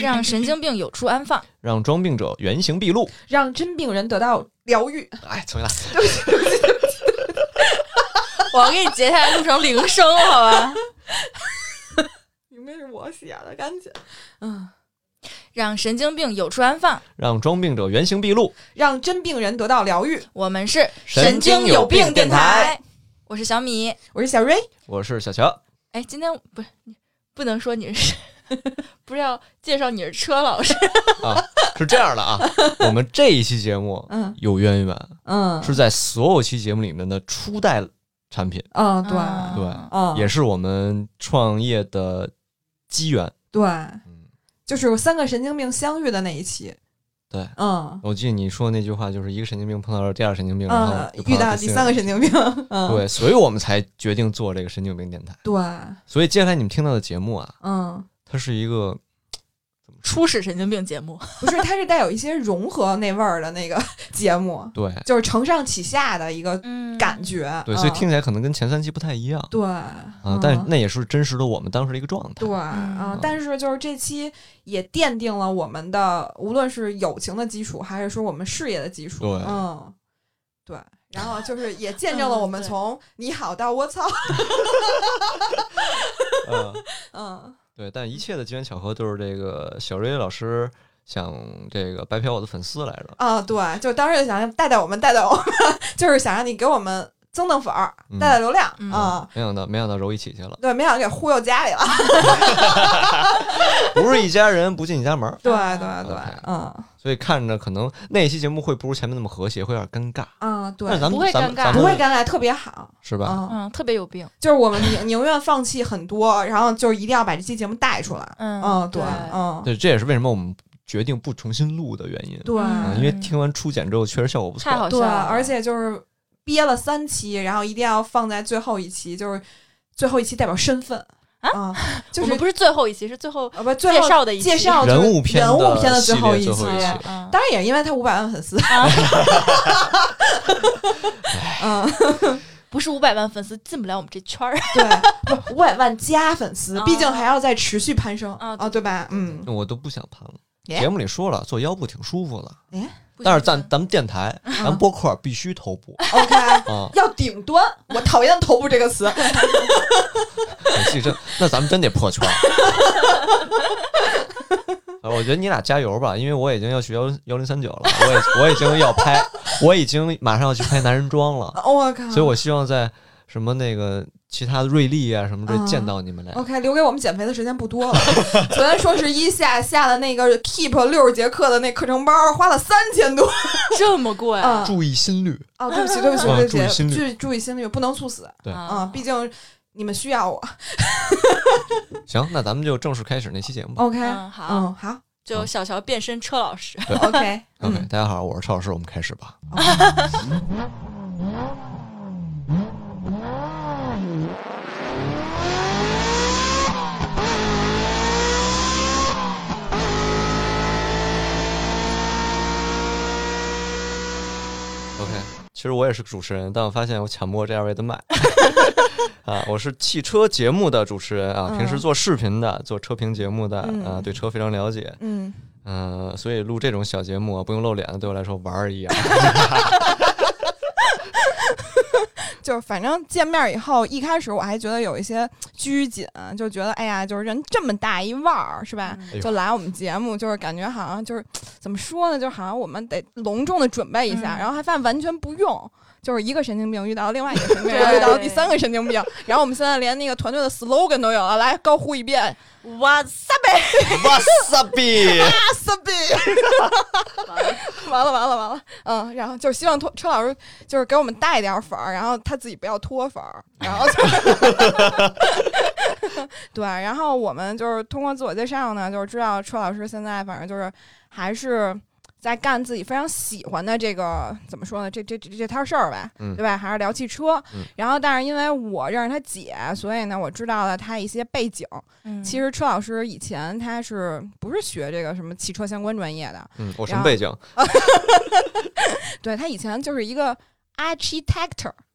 让神经病有处安放。让装病者原形毕露。 让真病人得到疗愈。哎，重来。我要给你截下来录成铃声，好吧？明明是我写的，赶紧。嗯，让神经病有处安放。让装病者原形毕露。让真病人得到疗愈。我们是神经有病电台，我是小米。我是小瑞，我是小乔。哎，今天不是你不能说你是， 不是要介绍你是车老师，是这样的啊， 我们这一期节目嗯有渊源，嗯哦是在所有期节目里面的初代产品，嗯，对，啊对嗯，也是我们创业的机缘。对，嗯，就是三个神经病相遇的那一期。对。嗯我记得你说那句话，就是一个神经病碰到了第二神经病，然嗯后，又碰遇到第第三个神经病。嗯，对，所以我们才决定做这个神经病电台。对，所以接下来你们听到的节目啊，嗯，它是一个初始神经病节目。不是，它是带有一些融合那味儿的那个 节目，对就是承上启下的一个嗯感觉。对，所以嗯听起来可能跟前三期不太一样对啊啊，但那也是真实的我们当时的一个状态对。啊、嗯但是就是这期也奠定了我们的，无论是友情的基础，还是说我们事业的基础。对嗯，对。然后就是也见证了我们嗯对从你好到我操。嗯，嗯对，但一切的机缘巧合都是这个小瑞老师想这个白嫖我的粉丝来着。啊，对，就当时就想带带我们，带带我们， 就是想让你给我们增增粉儿，嗯带带流量啊、嗯没想到，没想到揉一起去了，对，没想到给忽悠家里了。不是一家人不进一家门儿，对啊对对 OK，嗯所以看着可能那一期节目会不如前面那么和谐，会有点尴尬。啊，对但，是咱不们会咱们尴尬咱不们会尴尬，特别好。是吧？嗯，嗯，特别有病。就是我们宁宁愿放弃很多，然后就是一定要把这期节目带出来。嗯嗯，对，嗯，对，这也是为什么我们决定不重新录的原因。对，啊，嗯因为听完初剪之后确实效果不错。太好笑对，了，而且就是憋了三期，然后一定要放在最后一期，就是最后一期代表身份啊，就我是们不是最后一期，是最后啊不最介后绍的一期介绍就是人物篇人物篇的的系最列后最后期，一期嗯当然也是因为他五百万粉丝，嗯，不是五百万粉丝进不了我们这圈儿。对，不五百万加粉丝，啊毕竟还要再持续攀升啊啊，对吧？嗯，我都不想盘了。耶节目里说了，做腰部挺舒服的， 不但是行咱咱们电台，咱播客必须头 部 OK，啊！要顶端，我讨厌“头部”这个词。我记真，那咱们真得破 圈。啊我觉得你俩加油吧，因为我已经要去幺幺零三九了，我也我已经要拍，我已经马上要去拍男人装了，我靠！所以我希望在什么那个其他的瑞丽啊什么这啊见到你哎们俩。 OK，留给我们减肥的时间不多了。 昨天双十一下下的那个 Keep 六十节课的那课程包，花了三千多。这么贵啊注意心率，啊，对不起，对不起，啊对注意不心率起，注注意心率，不能猝死对啊！毕竟你们需要我。行，那咱们就正式开始那期节目吧。 OK，嗯好嗯好就小乔变身车老 师， ，OK， OK，嗯，大家好，我是超老师，我们开始吧。OK，其实我也是个主持人，但我发现我抢不过这二位 的麦。啊，我是汽车节目的主持人啊，平时做视频的，做车评节目的啊，嗯对车非常了解。嗯，嗯，所以录这种小节目啊，不用露脸的，对我来说玩儿 一样。就是反正见面以后，一开始我还觉得有一些拘谨，就觉得哎呀，就是人这么大一腕儿，是嗯吧？哎呦就来我们节目，就是感觉好像就是怎么说呢，就好像我们得隆重的准备一下，嗯然后还发现完全不用，就是一个神经病遇到另外一个神经病， 对然后遇到第三个神经病，然后我们现在连那个团队的 slogan 都有了，来高呼一遍哇塞呗！哇塞 比！阿斯比， 完了完了完了，嗯，然后就是希望托车老师就是给我们带点儿粉儿，然后他自己不要脱粉儿，然后就是对，然后我们就是通过自我介绍呢，就是知道车老师现在反正就是还是在干自己非常喜欢的这个怎么说呢，这这这这摊事儿呗，嗯对吧？还是聊汽车，嗯然后但是因为我认识他姐，所以呢，我知道了他一些背景，嗯其实实车老师以前他是不是学这个什么汽车相关专业的？嗯，我什然么后背景？对他以前就是一个 architecture。啊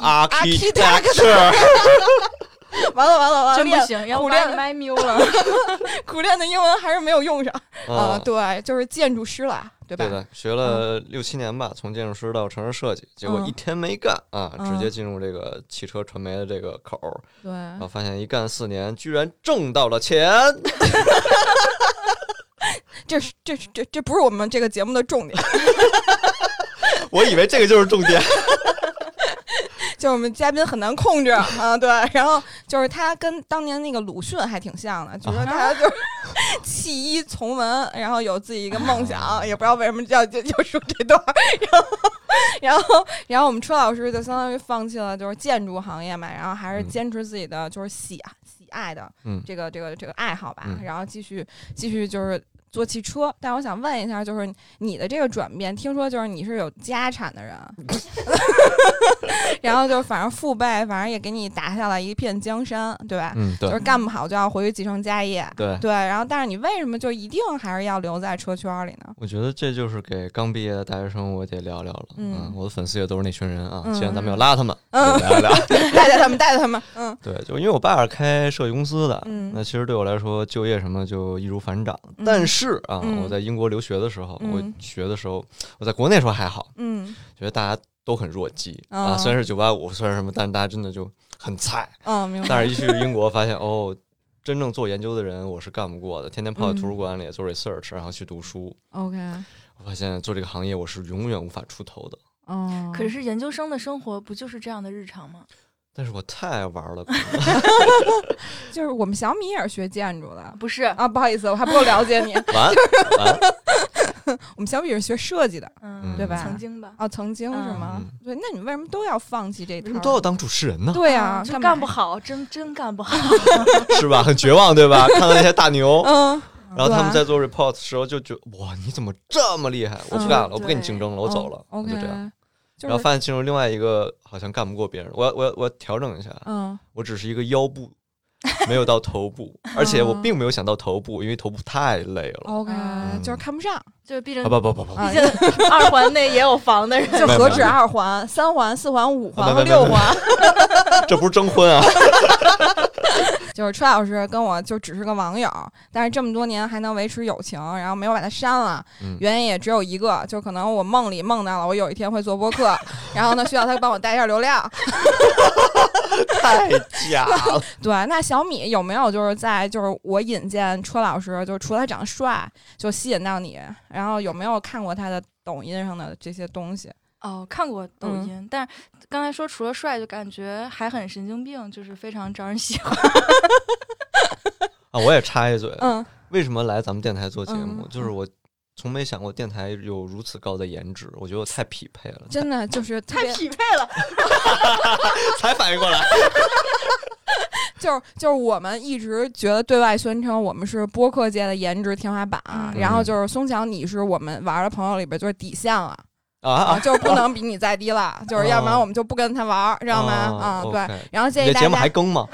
阿 architecture 完了完了完了，真不练行，要苦不然你练的 麦溜了。苦练的英文还是没有用上啊、啊，对，就是建筑师啦，对吧？对的，学了六七年吧，从建筑师到城市设计，结果嗯一天没干啊，直嗯接进入这个汽车传媒的这个口儿，对然后发现一干四年，居然挣到了钱， 这是这是这这不是我们这个节目的重点，我以为这个就是重 点。就是我们嘉宾很难控制啊。对，然后就是他跟当年那个鲁迅还挺像的，觉啊得他就是 弃医从文，然后有自己一个梦想，啊也不知道为什么要就就说这段儿，然后然后然后我们车老师就相当于放弃了就是建筑行业嘛，然后还是嗯坚持自己的就是喜喜爱的嗯这个这个这个爱好吧，嗯然后继续继续就是做汽车。但我想问一下，就是你的这个转变，听说就是你是有家产的人，啊 然后就是反正父辈反正也给你打下了一片江山，对吧？嗯，就对是干不好就要回去继承家业。对。对，然后但是你为什么就一定还是要留在车圈里呢？我觉得这就是给刚毕业的大学生，我得聊聊了。嗯我的粉丝也都是那群人啊，嗯既然咱们要拉他们，嗯就聊一聊。带带他们，带带他们，嗯对，就因为我爸是开设计公司的，嗯啊那其实对我来说就业什么就易如反掌。但是啊，嗯我在英国留学的时候，嗯我学的时候，我在国内时候还好，嗯觉得大家都很弱鸡、哦啊，虽然是九八五，虽然什么，但是大家真的就很 菜。嗯，明白。但是一去英国发现，哦，真正做研究的人我是干不过的，天天泡在图嗯书馆里做 research，、然后去读书。 OK，我发现做这个行业我是永远无法出头的，哦，可是研究生的生活不就是这样的日常吗？但是我太爱玩了， 就是我们小米也是学建筑的不是，啊，不好意思，我还不够了解 你。完完，我们小米是学设计的嗯，对吧曾经吧，哦，曾经是吗？嗯对，那你为什么都要放弃这为什条么？都要当主持人呢？对啊，就嘛干不好，真真干不 好。是吧？很绝望，对吧？看到那些大牛，嗯，然后他们对在做 report 的时候就觉得哇，你怎么这么厉害？我不干了，嗯我不跟你竞争了，我走了，哦就这样。 OK，就然后是发现进入另外一个好像干不过别人，我要我要我要调整一下，嗯我只是一个腰部没有到头 部，而且嗯我并没有想到头部，因为头部太累了。 ，OK，嗯就是看不上，就毕竟啊不不不不，哦啊毕竟 二环内也有房的人，就没有何止没有二环、三环、四环、五环没和没没六环，这不是征 婚啊！就是车老师跟我就只是个网友，但是这么多年还能维持友情，然后没有把他删了嗯，原因也只有一个，就可能我梦里梦到了我有一天会做播客，然后呢需要他帮我带一下流量。太假 了。对，那小米有没有就是在就是我引荐车老师，就是除了他长得帅就吸引到你，然后有没有看过他的抖音上的这些东西？哦，看过抖嗯音，但是刚才说除了帅，就感觉还很神经病，就是非常招人喜欢。啊，我也插一嘴，嗯为什么来咱们电台做节目？嗯就是我从没想过电台有如此高的颜值，我觉得我太匹配 了，真的就是特 别，匹配了。才反应过 来。就是就是我们一直觉得对外宣称我们是播客界的颜值天花板，嗯然后就是松强，你是我们玩的朋友里边就是底线了啊啊！就是不能比你再低了，就是要不然我们就不跟他玩，知道吗？啊、哦对。 OK 然后建你议这大节目还家，更吗？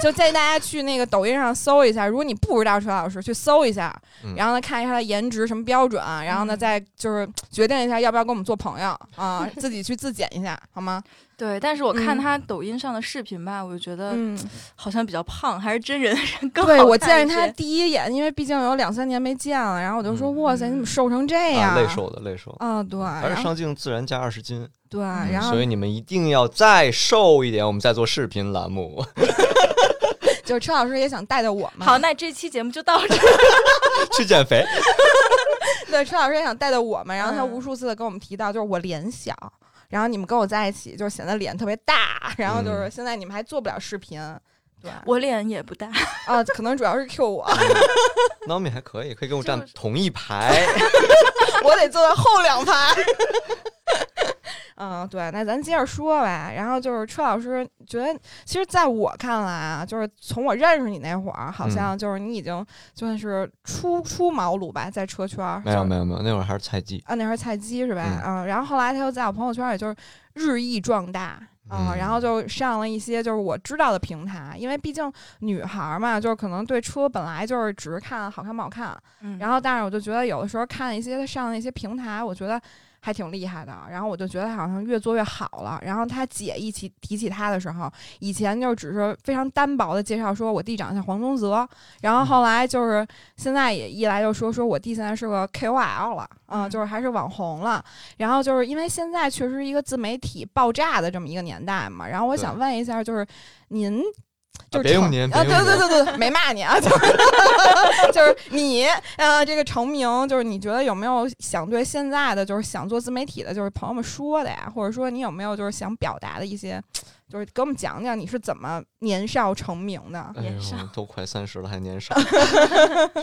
就建议大家去那个抖音上搜一下，如果你不知道车老师，去搜一下，嗯然后呢看一下他的颜值什么标准，啊然后呢嗯再就是决定一下要不要跟我们做朋友啊、自己去自检一下好吗？对，但是我看嗯他抖音上的视频吧，我就觉得嗯，好好像比较胖，还是真人更好对我看见一着他 些第一眼，因为毕竟有两三年没见了，然后我就说、嗯哇塞，你怎么瘦成这样？啊，累瘦的累瘦。啊，对，反正然后上镜自然加二十斤，对，嗯然后所以你们一定要再瘦一点，我们再做视频栏目。 就是车老师也想带带我嘛，好，那这期节目就到这儿。 去减 肥，对，车老师也想带带我们，然后他嗯无数次的跟我们提到，就是我脸小。然后你们跟我在一起，就是显得脸特别大。然后就是嗯现在你们还做不了视频，对，我脸也不大，啊，可能主要是 Q 我， n 嗯米还可以，可以跟我站就是同一 排。 我得坐在后两排。 嗯，对，那咱接着说呗。然后就是车老师觉得，其实在我看来啊，就是从我认识你那会儿，嗯好像就是你已经算是初出茅庐吧，在车圈儿没有就是没有没有，那会儿还是菜鸡。啊，那时候菜鸡是吧？嗯啊，然后后来他又在我朋友圈里就是日益壮大。啊，嗯然后就上了一些就是我知道的平台，因为毕竟女孩儿嘛，就是可能对车本来就是只是看好看不好看，嗯然后但是我就觉得有的时候看一些他上的一些平台，我觉得还挺厉害的。然后我就觉得他好像越做越好了。然后他姐一起提起他的时候，以前就只是非常单薄的介绍说我弟长得像黄宗泽，然嗯后后来就是现在也一来就说说我弟现在是个 KOL 了，嗯、嗯就是还是网红了。然后就是因为现在确实是一个自媒体爆炸的这么一个年代嘛，然后我对想问一下，就是您就是别用成您啊，别对用对您对对，没骂你啊，就是 就是你呃，这个成名，就是你觉得有没有想对现在的就是想做自媒体的，就是朋友们说的呀，或者说你有没有就是想表达的一些，就是给我们讲讲你是怎么年少成名的？哎年少呦，都快三十了还 年少，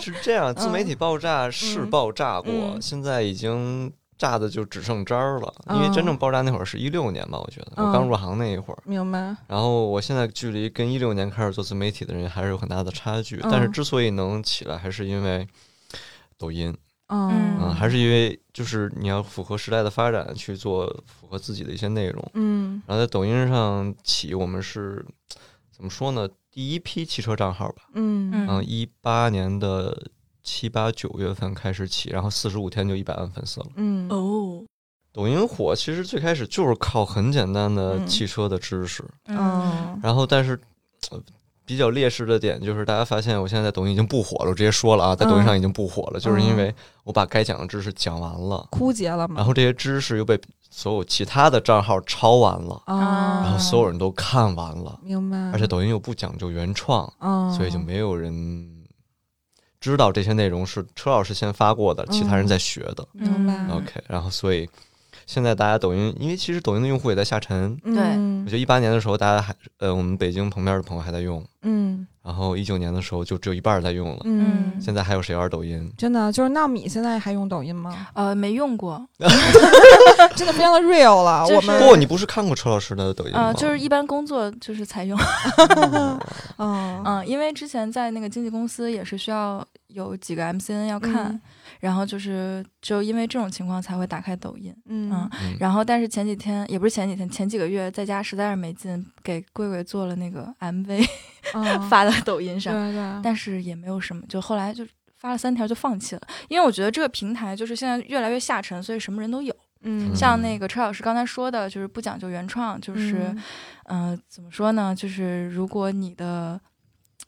是这样。自媒体爆炸是嗯爆炸过，嗯现在已经炸的就只剩渣儿了。因为真正爆炸那会儿是一六年吧，我觉得、我刚嗯入行那一会儿。明白？然后我现在距离跟一六年开始做自媒体的人还是有很大的差距，但是嗯之所以能起来，还是因为抖音嗯啊、还是因为就是你要符合时代的发展去做符合自己的一些内容。嗯然后在抖音上起，我们是怎么说呢？第一批汽车账号吧，嗯嗯，一八年的七八九月份开始起，然后四十五天就一百万粉丝了。嗯哦，抖音火其实最开始就是靠很简单的嗯汽车的知识，嗯，然后但是、呃比较劣势的点就是大家发现我现在在抖音已经不火了，我直接说了啊，在抖音上已经不火了，就是因为我把该讲的知识讲完了，枯竭了嘛？然后这些知识又被所有其他的账号抄完了，啊，然后所有人都看完了，明白，而且抖音又不讲究原创，啊，所以就没有人知道这些内容是车老师先发过的，其他人在学的。明白。嗯 OK，然后所以现在大家抖音，因为其实抖音的用户也在下沉。嗯我觉得一八年的时候，大家还呃，我们北京旁边的朋友还在用，嗯然后一九年的时候就只有一半儿在用了。嗯，现在还有谁玩抖音？真的就是纳米现在还用抖 音吗？呃，没用过，真的非常的 real 了，就是我们不过你不是看过车老师的抖音吗？啊呃，就是一般工作就是才用，嗯 嗯，因为之前在那个经纪公司也是需要有几个 MCN 要看，嗯然后就是就因为这种情况才会打开抖音，嗯嗯然后但是前几天也不是前几天，前几个月在家实在是没劲，给贵贵做了那个 MV 嗯发到抖音对上，对，但是也没有什么，就后来就发了三条就放弃了，因为我觉得这个平台就是现在越来越下沉，所以什么人都有。嗯像那个车老师刚才说的，就是不讲究原创，就是，嗯、呃，怎么说呢？就是如果你的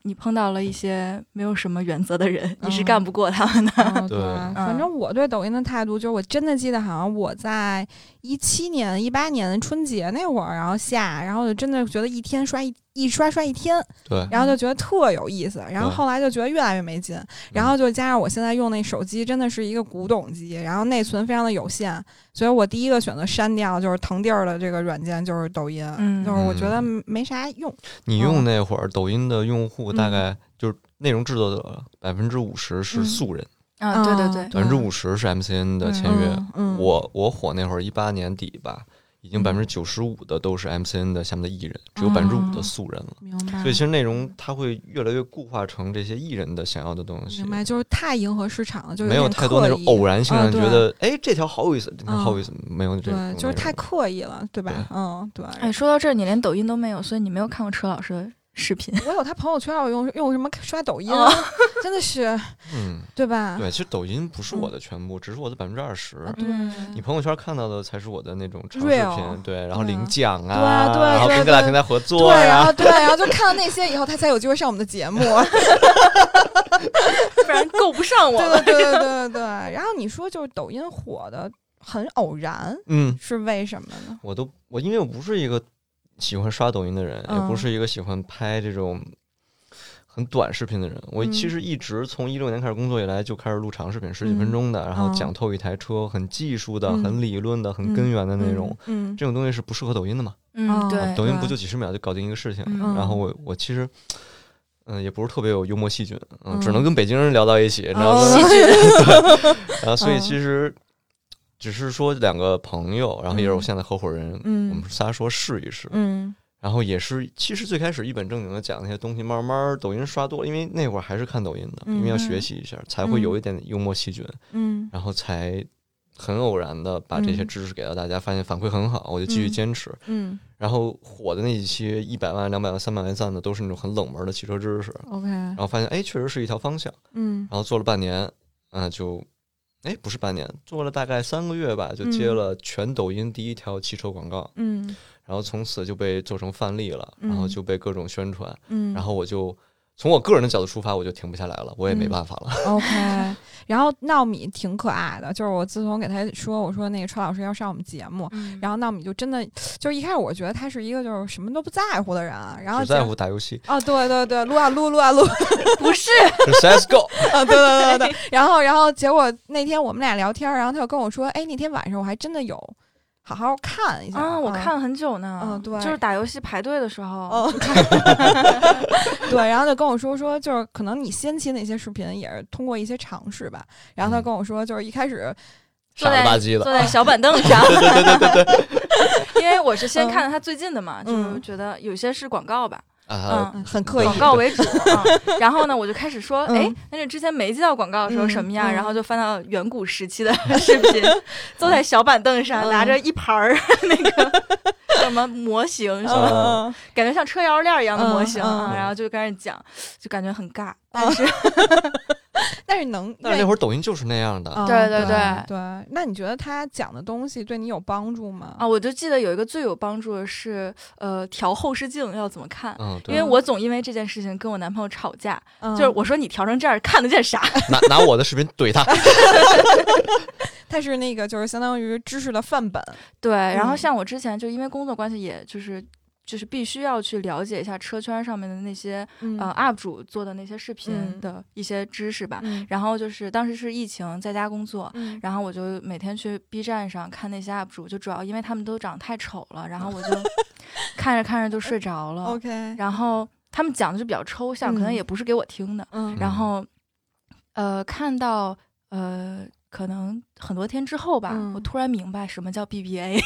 你碰到了一些没有什么原则的人，你是嗯干不过他们的。嗯对对，反正我对抖音的态度就是，我真的记得好像我在一七年、一八年春节那会儿，然后下，然后就真的觉得一天刷一一刷刷一天， 对，然后就觉得特有意思，然后嗯对嗯后来就觉得越来越没劲， 然后就加上我现在用那手机真的是一个古董机，然后内存非常的有限，所以我第一个选择删掉就是腾地儿的这个软件就是抖音，嗯就是我觉得没啥用，嗯你用那会儿抖音的用户大嗯概就是内容制作者百分之五十是嗯素人，啊，对对对，啊百分之五十是 MCN 的嗯签约，嗯嗯，我我火那会儿一八年底吧，已经嗯百分之九十五的都是 MCN 的下面的艺人，嗯只有百分之五的素人了。明白所以其实内容它会越来越固化成这些艺人的想要的东西明，白，就是太迎合市场了，就是没有点太多刻那种意偶然性啊让你觉对嗯得哎这条好有意思，这条好有意思，没有这种内对，容。就是太刻意了，对吧？对嗯，对。哎，说到这儿，你连抖音都没有，所以你没有看过车老师的视频。我有他朋友圈，我用用什么刷抖音，啊哦真的是嗯，对吧？对，其实抖音不是我的全部，只是我的百分之二十。嗯啊嗯你朋友圈看到的才是我的那种长视 Real 频，对，然后对啊领奖对啊对啊然后对啊跟各大对啊平台合作对，啊然呀后，对，然后就看到那些以后，他才有机会上我们的 节目。不然够不上我对对对对对对。然后你说就是抖音火的很偶然， 嗯，是为什么呢？我都我因为我不是一个喜欢刷抖音的人，也不嗯是一个喜欢拍这种很短视频的人。我其实一直从一六年开始工作以来就开始录长视频，十几分钟的，然后嗯嗯讲透一台车，很技术的、嗯很理论的、很根源的内容。嗯，嗯这种东西是不适合抖音的嘛？嗯，哦对，抖音对不就几十秒就搞定一个事情？嗯然后哦我我其实。嗯，也不是特别有幽默细菌，嗯，嗯只能跟北京人聊到一起，然后、哦然后所以嗯其实只是说两个朋友，然后也是我现在合伙人，嗯我们仨说试一试，嗯然后也是，其实最开始一本正经的讲那些东西，慢慢儿抖音刷多了，因为那会儿还是看抖音的，因为要嗯学习一下，才会有一点幽默细菌，嗯然后才很偶然的把这些知识给到大家，发现反馈很好，我就继续坚持。 嗯然后火的那几期一百万、两百万、三百万赞的，都是那种很冷门的汽车知识， ，OK，然后发现哎，确实是一条方向，嗯然后做了半年，嗯、就。哎，不是半年，做了大概三个月吧，就接嗯了全抖音第一条汽车广告，嗯然后从此就被做成范例了，然嗯后就被各种宣传，嗯，然后我就从我个人的角度出发，我就停不下来了，我也嗯没办法了。 OK，然后闹米挺可爱的，就是我自从给他说，我说那个川老师要上我们节目，嗯然后闹米就真的就是一开始我觉得他是一个就是什么都不在乎的人，啊然后只在乎打游戏， 哦，对对对，撸啊撸撸啊撸，不是，是 CSGO，啊，对对对对对。然后，然后结果那天我们俩聊天，然后他就跟我说：“哎，那天晚上我还真的有好好看一下啊，我看了很久呢。嗯对就是打游戏排队的时候，哦，对，然后就跟我说说，就是可能你先期那些视频也是通过一些尝试吧。然后他跟我说，就是一开始，坐傻在了吧唧坐的。在小板凳上，对对对对对因为我是先看了他最近的嘛，嗯就是觉得有些是广告吧，啊，嗯，很刻对意广告为 主。嗯然后呢，我就开始说，嗯哎，那是之前没接到广告的时候嗯什么样？嗯然后就翻到远古时期的 视频，坐在小板凳上，嗯拿着一盘儿 那个什么模型，嗯，什么嗯感觉像车摇链一样的模型嗯啊，嗯然后就开始讲，就感觉很尬，但是嗯 但是能，哦 但是那会儿抖音就是那样的，嗯对对对对对。那你觉得他讲的东西对你有帮助吗？啊，我就记得有一个最有帮助的是，呃，调后视镜要怎么看。嗯，因对为，我总因为这件事情跟我男朋友吵架，嗯，就是我说你调成这样看得见啥？拿拿我的视频怼他，他是那个，就是相当于知识的范本。对，然后嗯像我之前就因为工作关系，也就是就是必须要去了解一下车圈上面的那些、嗯呃 UP 主做的那些视嗯频的一些知识吧。嗯然后就是当时是疫情在家工作，嗯然后我就每天去 B 站上看那些 UP 主，就主要因为他们都长得太丑了，然后我就嗯 看着看着就睡着了。 ，OK，然后他们讲的就比较抽象，可能哦嗯也不是给我听的。嗯然后，呃，看到呃，可能很多天之后吧，我嗯突然明白什么叫 BBA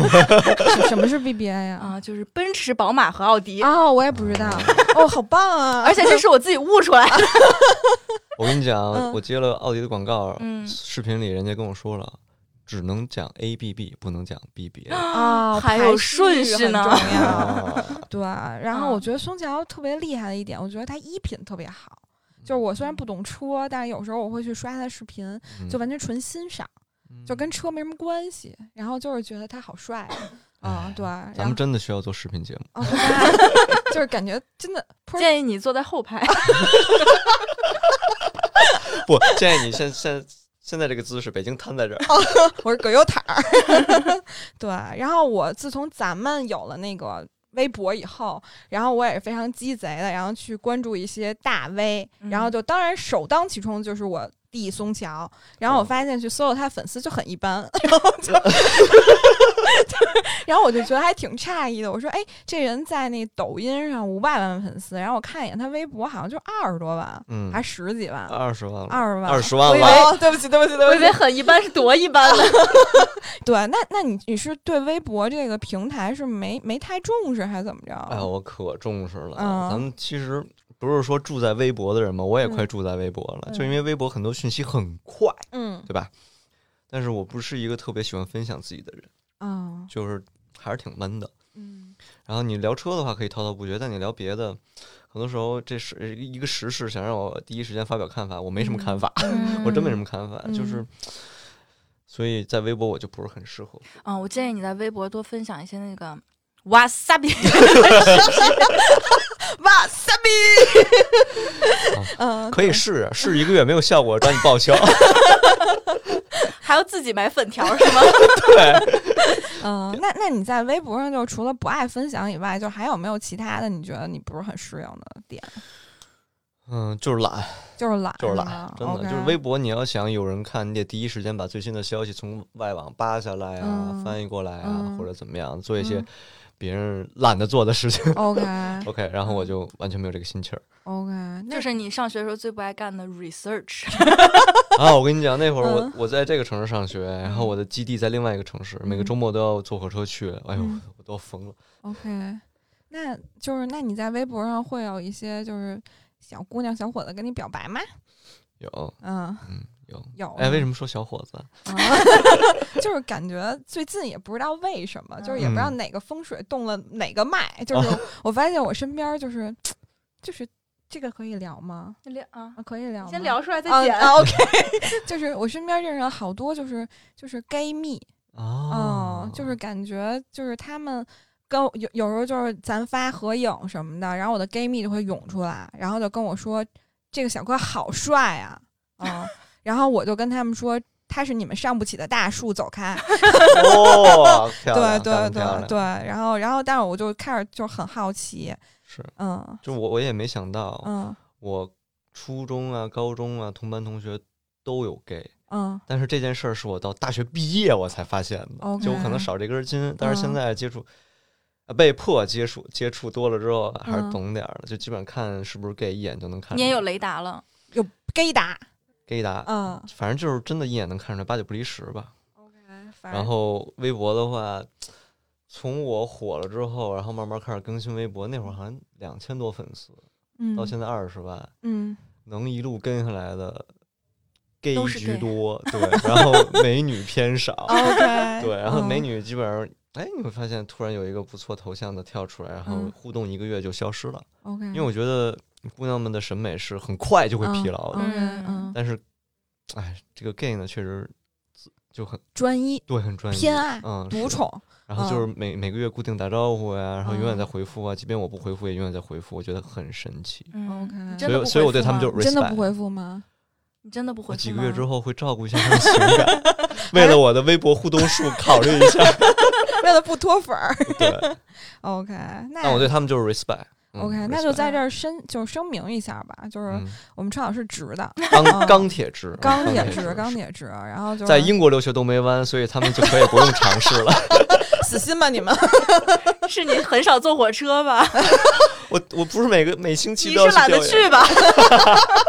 什什么是 BBA 呀？啊、就是奔驰、宝马和奥迪，哦，我也 不知道。 哦，好棒啊！而且这是我自己悟出 来的。我跟你嗯讲，啊我接了奥迪的广告，嗯视频里人家跟我说了，只能讲 A B B，不能讲 B B A。啊，还有顺序呢排序很重要。 啊对，然后嗯我觉得松桥特别厉害的一点，我觉得他衣品特别好。嗯就是我虽然不懂车，但是有时候我会去刷他的视频，嗯就完全纯欣赏，就跟车没什么关系。然后就是觉得他好帅啊啊，哎对，然咱后们真的需要做视频节目，啊，对 就是感觉真的不是建议你坐在后排，不建议你现现现在这个姿势，北京瘫在这哦儿。我是葛优躺儿。 对，然后我自从咱们有了那个微博以后，然后我也是非常鸡贼的，然后去关注一些大 V，、嗯然后就当然首当其冲就是我。弟松桥，然哦后我发现去搜了他粉丝就很一般， 然后就，然后我就觉得还挺诧异的。我说，哎，这人在那抖音上五百万粉丝，然后我看一眼他微博，好像就二十多万，嗯还，十几万，二十万了，二十万，二十万我以了，为，哦对不起，对不起，对 我不以起为，很一般是多一般了。对，那那你你是对微博这个平台是没没太重视，还是怎么着？哎，我可重视了。嗯咱们其实不是说住在微博的人嘛，我也快嗯住在微博了，嗯就因为微博很多讯息很快，嗯对吧？但是我不是一个特别喜欢分享自己的人，啊就是还是挺闷的。嗯然后你聊车的话可以滔滔不绝，但你聊别的，很多时候这是一个时事，想让我第一时间发表看法，我没什么看法，嗯我真没什么看法，就是嗯，所以在微博我就不是很适合。嗯、我建议你在微博多分享一些那 个。哇塞比， 哇塞 比，嗯，哦可以试啊试一个月没有效果，找你报销。 还要自己买粉 条是吗？对，嗯，那那你在微博上就除了不爱分享以外，就还有没有其他的你觉得你不是很适应的点？嗯，就是懒，就是懒，就是懒懒，，真的嗯 OK 就是 微博，你要想有人看，你得第一时间把最新的消息从外网扒下来啊，嗯翻译过来啊，嗯或者怎么样，做一些嗯别人懒得做的 事情。 OK OK，然后嗯我就完全没有这个心气儿 OK，那就是你上学时候最不爱干的 research。 啊！我跟你讲，那会儿我嗯我在这个城市上学，然后我的基地在另外一个城市，每个周末都要坐火车去，哎呦嗯，我都要疯了。 OK，那就是那你在微博上会有一些就是小姑娘小伙子跟你表白吗？有，嗯，嗯，有。有。哎，为什么？么说小伙子？就是感觉最近也不知道为什么，就是也不知道嗯哪个风水动了哪个脉，就是我发现我身边就是就是这个可以聊吗？ 聊啊，啊可以聊吗，先 聊出来再啊剪。 啊 OK，就是 我身边认识了好多，就是就是 gay 蜜，哦嗯，，就是感觉就是他们跟我有有时候就是咱发合影什么的，然后我的 gay 蜜就会涌出来，然后就跟我说这个小哥好帅啊，嗯，然后我就跟他们说他是你们上不起的大树，走开。 哦，漂对亮漂亮对漂对亮对，然后然后但是我就开始就很好奇，是，嗯就我我也没想到，嗯我初中啊、高中啊，同班同学都有 gay，嗯但是这件事儿是我到大学毕业我才发现的， ，OK，就我可嗯能少这根筋，但是现嗯在接触。呃被迫接触接触多了之后，还是嗯懂点儿了，就基本上看是不是 gay，一眼就能看出来。你也有雷达了，有 gay 打， gay 达，嗯反正就是真的，一眼能看出来八九不离十吧。 ，OK，反然后微博的话，从我火了之后，然后慢慢开始更新微博，那会儿好像两千多粉丝，嗯到现在二十万，嗯能一路跟下来的 gay 都是居 gay 多， 对，然后美女偏少，，OK，对，然后美嗯女基本上。哎，你会发现突然有一个不错头像的跳出来，然后嗯互动一个月就消失了。 ，OK，因为我觉得姑娘们的审美是很快就会疲劳的，嗯嗯嗯，但是，哎，这个 gay 呢，确实自就很专一、对，很专业，偏爱、嗯，独是宠，然后就是每、每个月固定打招呼呀、然后永远在嗯回复啊，即便我不回复也永远在回复，我觉得很神奇。嗯 OK 你真所的以，不所以我对回复他们就吗 respect, 真的不回复吗？你真的不回我复几个月之吗 后会照顾一下他们的情 感，为了我的微博互动数考虑一下。 为了不脱粉儿对， ，OK，但我那对他们就是 respect 嗯。 OK，那就 respect 在这儿申就是声明一下吧，就是嗯、我们陈老师直 的，钢钢铁直，钢铁铁直，钢是。铁直，然后就是在英国留学都没弯，所以他们就可以不用尝试了。死心吧你们，是你很少坐火车 吧？ 我我不是每个每星期你都要是懒得调研去吧？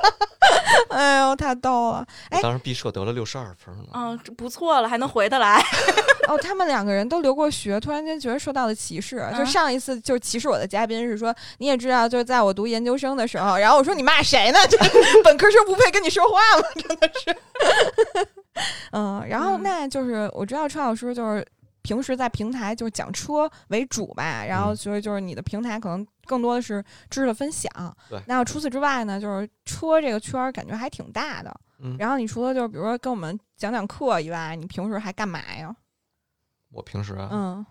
哎呦太逗了，我当时毕设得了六十二分呢。嗯，这不错了，还能回得来。哦，他们两个人都留过学，突然间觉得受到了歧视。就啊上一次就是歧视我的嘉宾是说，你也知道，就是在我读研究生的时候，然后我说你骂谁呢？ 这本科生不配跟你说话吗？真的是。嗯，然后嗯那就是我知道川老师就是平时在平台就是讲车为主吧，然后嗯所以就是你的平台可能更多的是知识的分享。对那除此之外呢，就是车这个圈儿感觉还挺大的。嗯然后你除了就是比如说跟我们讲讲课以外，你平时还干嘛呀？我平时啊，嗯。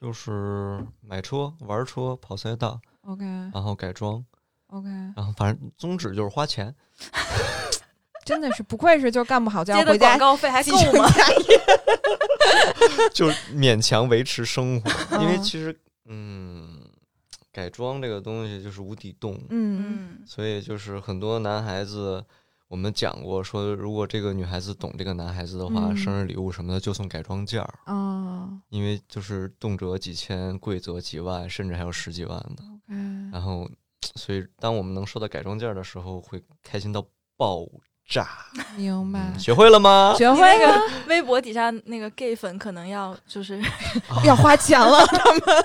就是买车、玩车、跑赛道， OK 然后改装， OK，然后反正宗旨就是花钱。 真的是不愧是就干不好就要接的回广家告费还继够承吗？ 家 业。就是勉强维持生活，因为嗯其实，嗯，改装这个东西就是无底洞，嗯嗯，所以就是很多男孩子，我们讲过说，如果这个女孩子懂这个男孩子的话，嗯生日礼物什么的就送改装件儿，嗯哦因为就是动辄几千，贵则几万，甚至还有十几万的。嗯，OK，然后，所以当我们能收到改装件儿的时候，会开心到爆炸。明白嗯，学会了吗？学你会那了个微博底下那个 gay 粉可能要 就是要花 钱了。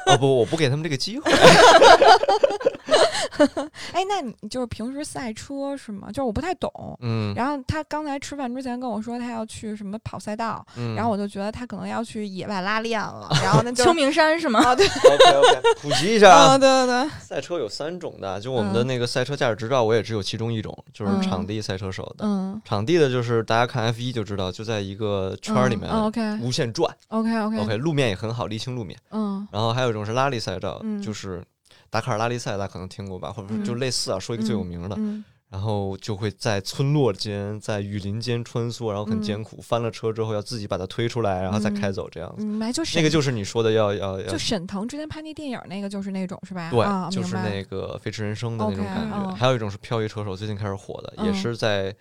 啊不，我不给他们这个机 会。哎，那你就是平时赛车是吗？就是我不太懂。嗯，然后他刚才吃饭之前跟我说他要去什么跑赛道，嗯然后我就觉得他可能要去野外拉练了。然后那 就秋名山是吗？啊，对， OK OK，普及一下啊，啊。对对对，赛车有三种的，就我们的嗯那个赛车驾驶执照，我也只有其中一种，就是嗯场地赛车手的。嗯，场地的就是大家看 F 一就知道，就在一个圈儿里面嗯哦，OK 无限转。 OK OK， OK，路面也很好，沥青路面。嗯然后还有一种是拉力赛照，嗯就是达喀尔拉力赛，大家可能听过吧，或者嗯是就类似啊，说一个最有名的。嗯然后就会在村落间、在雨林间穿梭，然后很艰苦。翻了车之后要自己把它推出来，然后再开走，这样子。嗯嗯，来就沈那个就是你说的要要要就沈腾之前拍那电影那个就是那种是吧？呃对，啊就是明白那个《飞驰人生》的那种 OK，感觉。嗯还有一种是漂移车手，最近开始火的，也嗯是在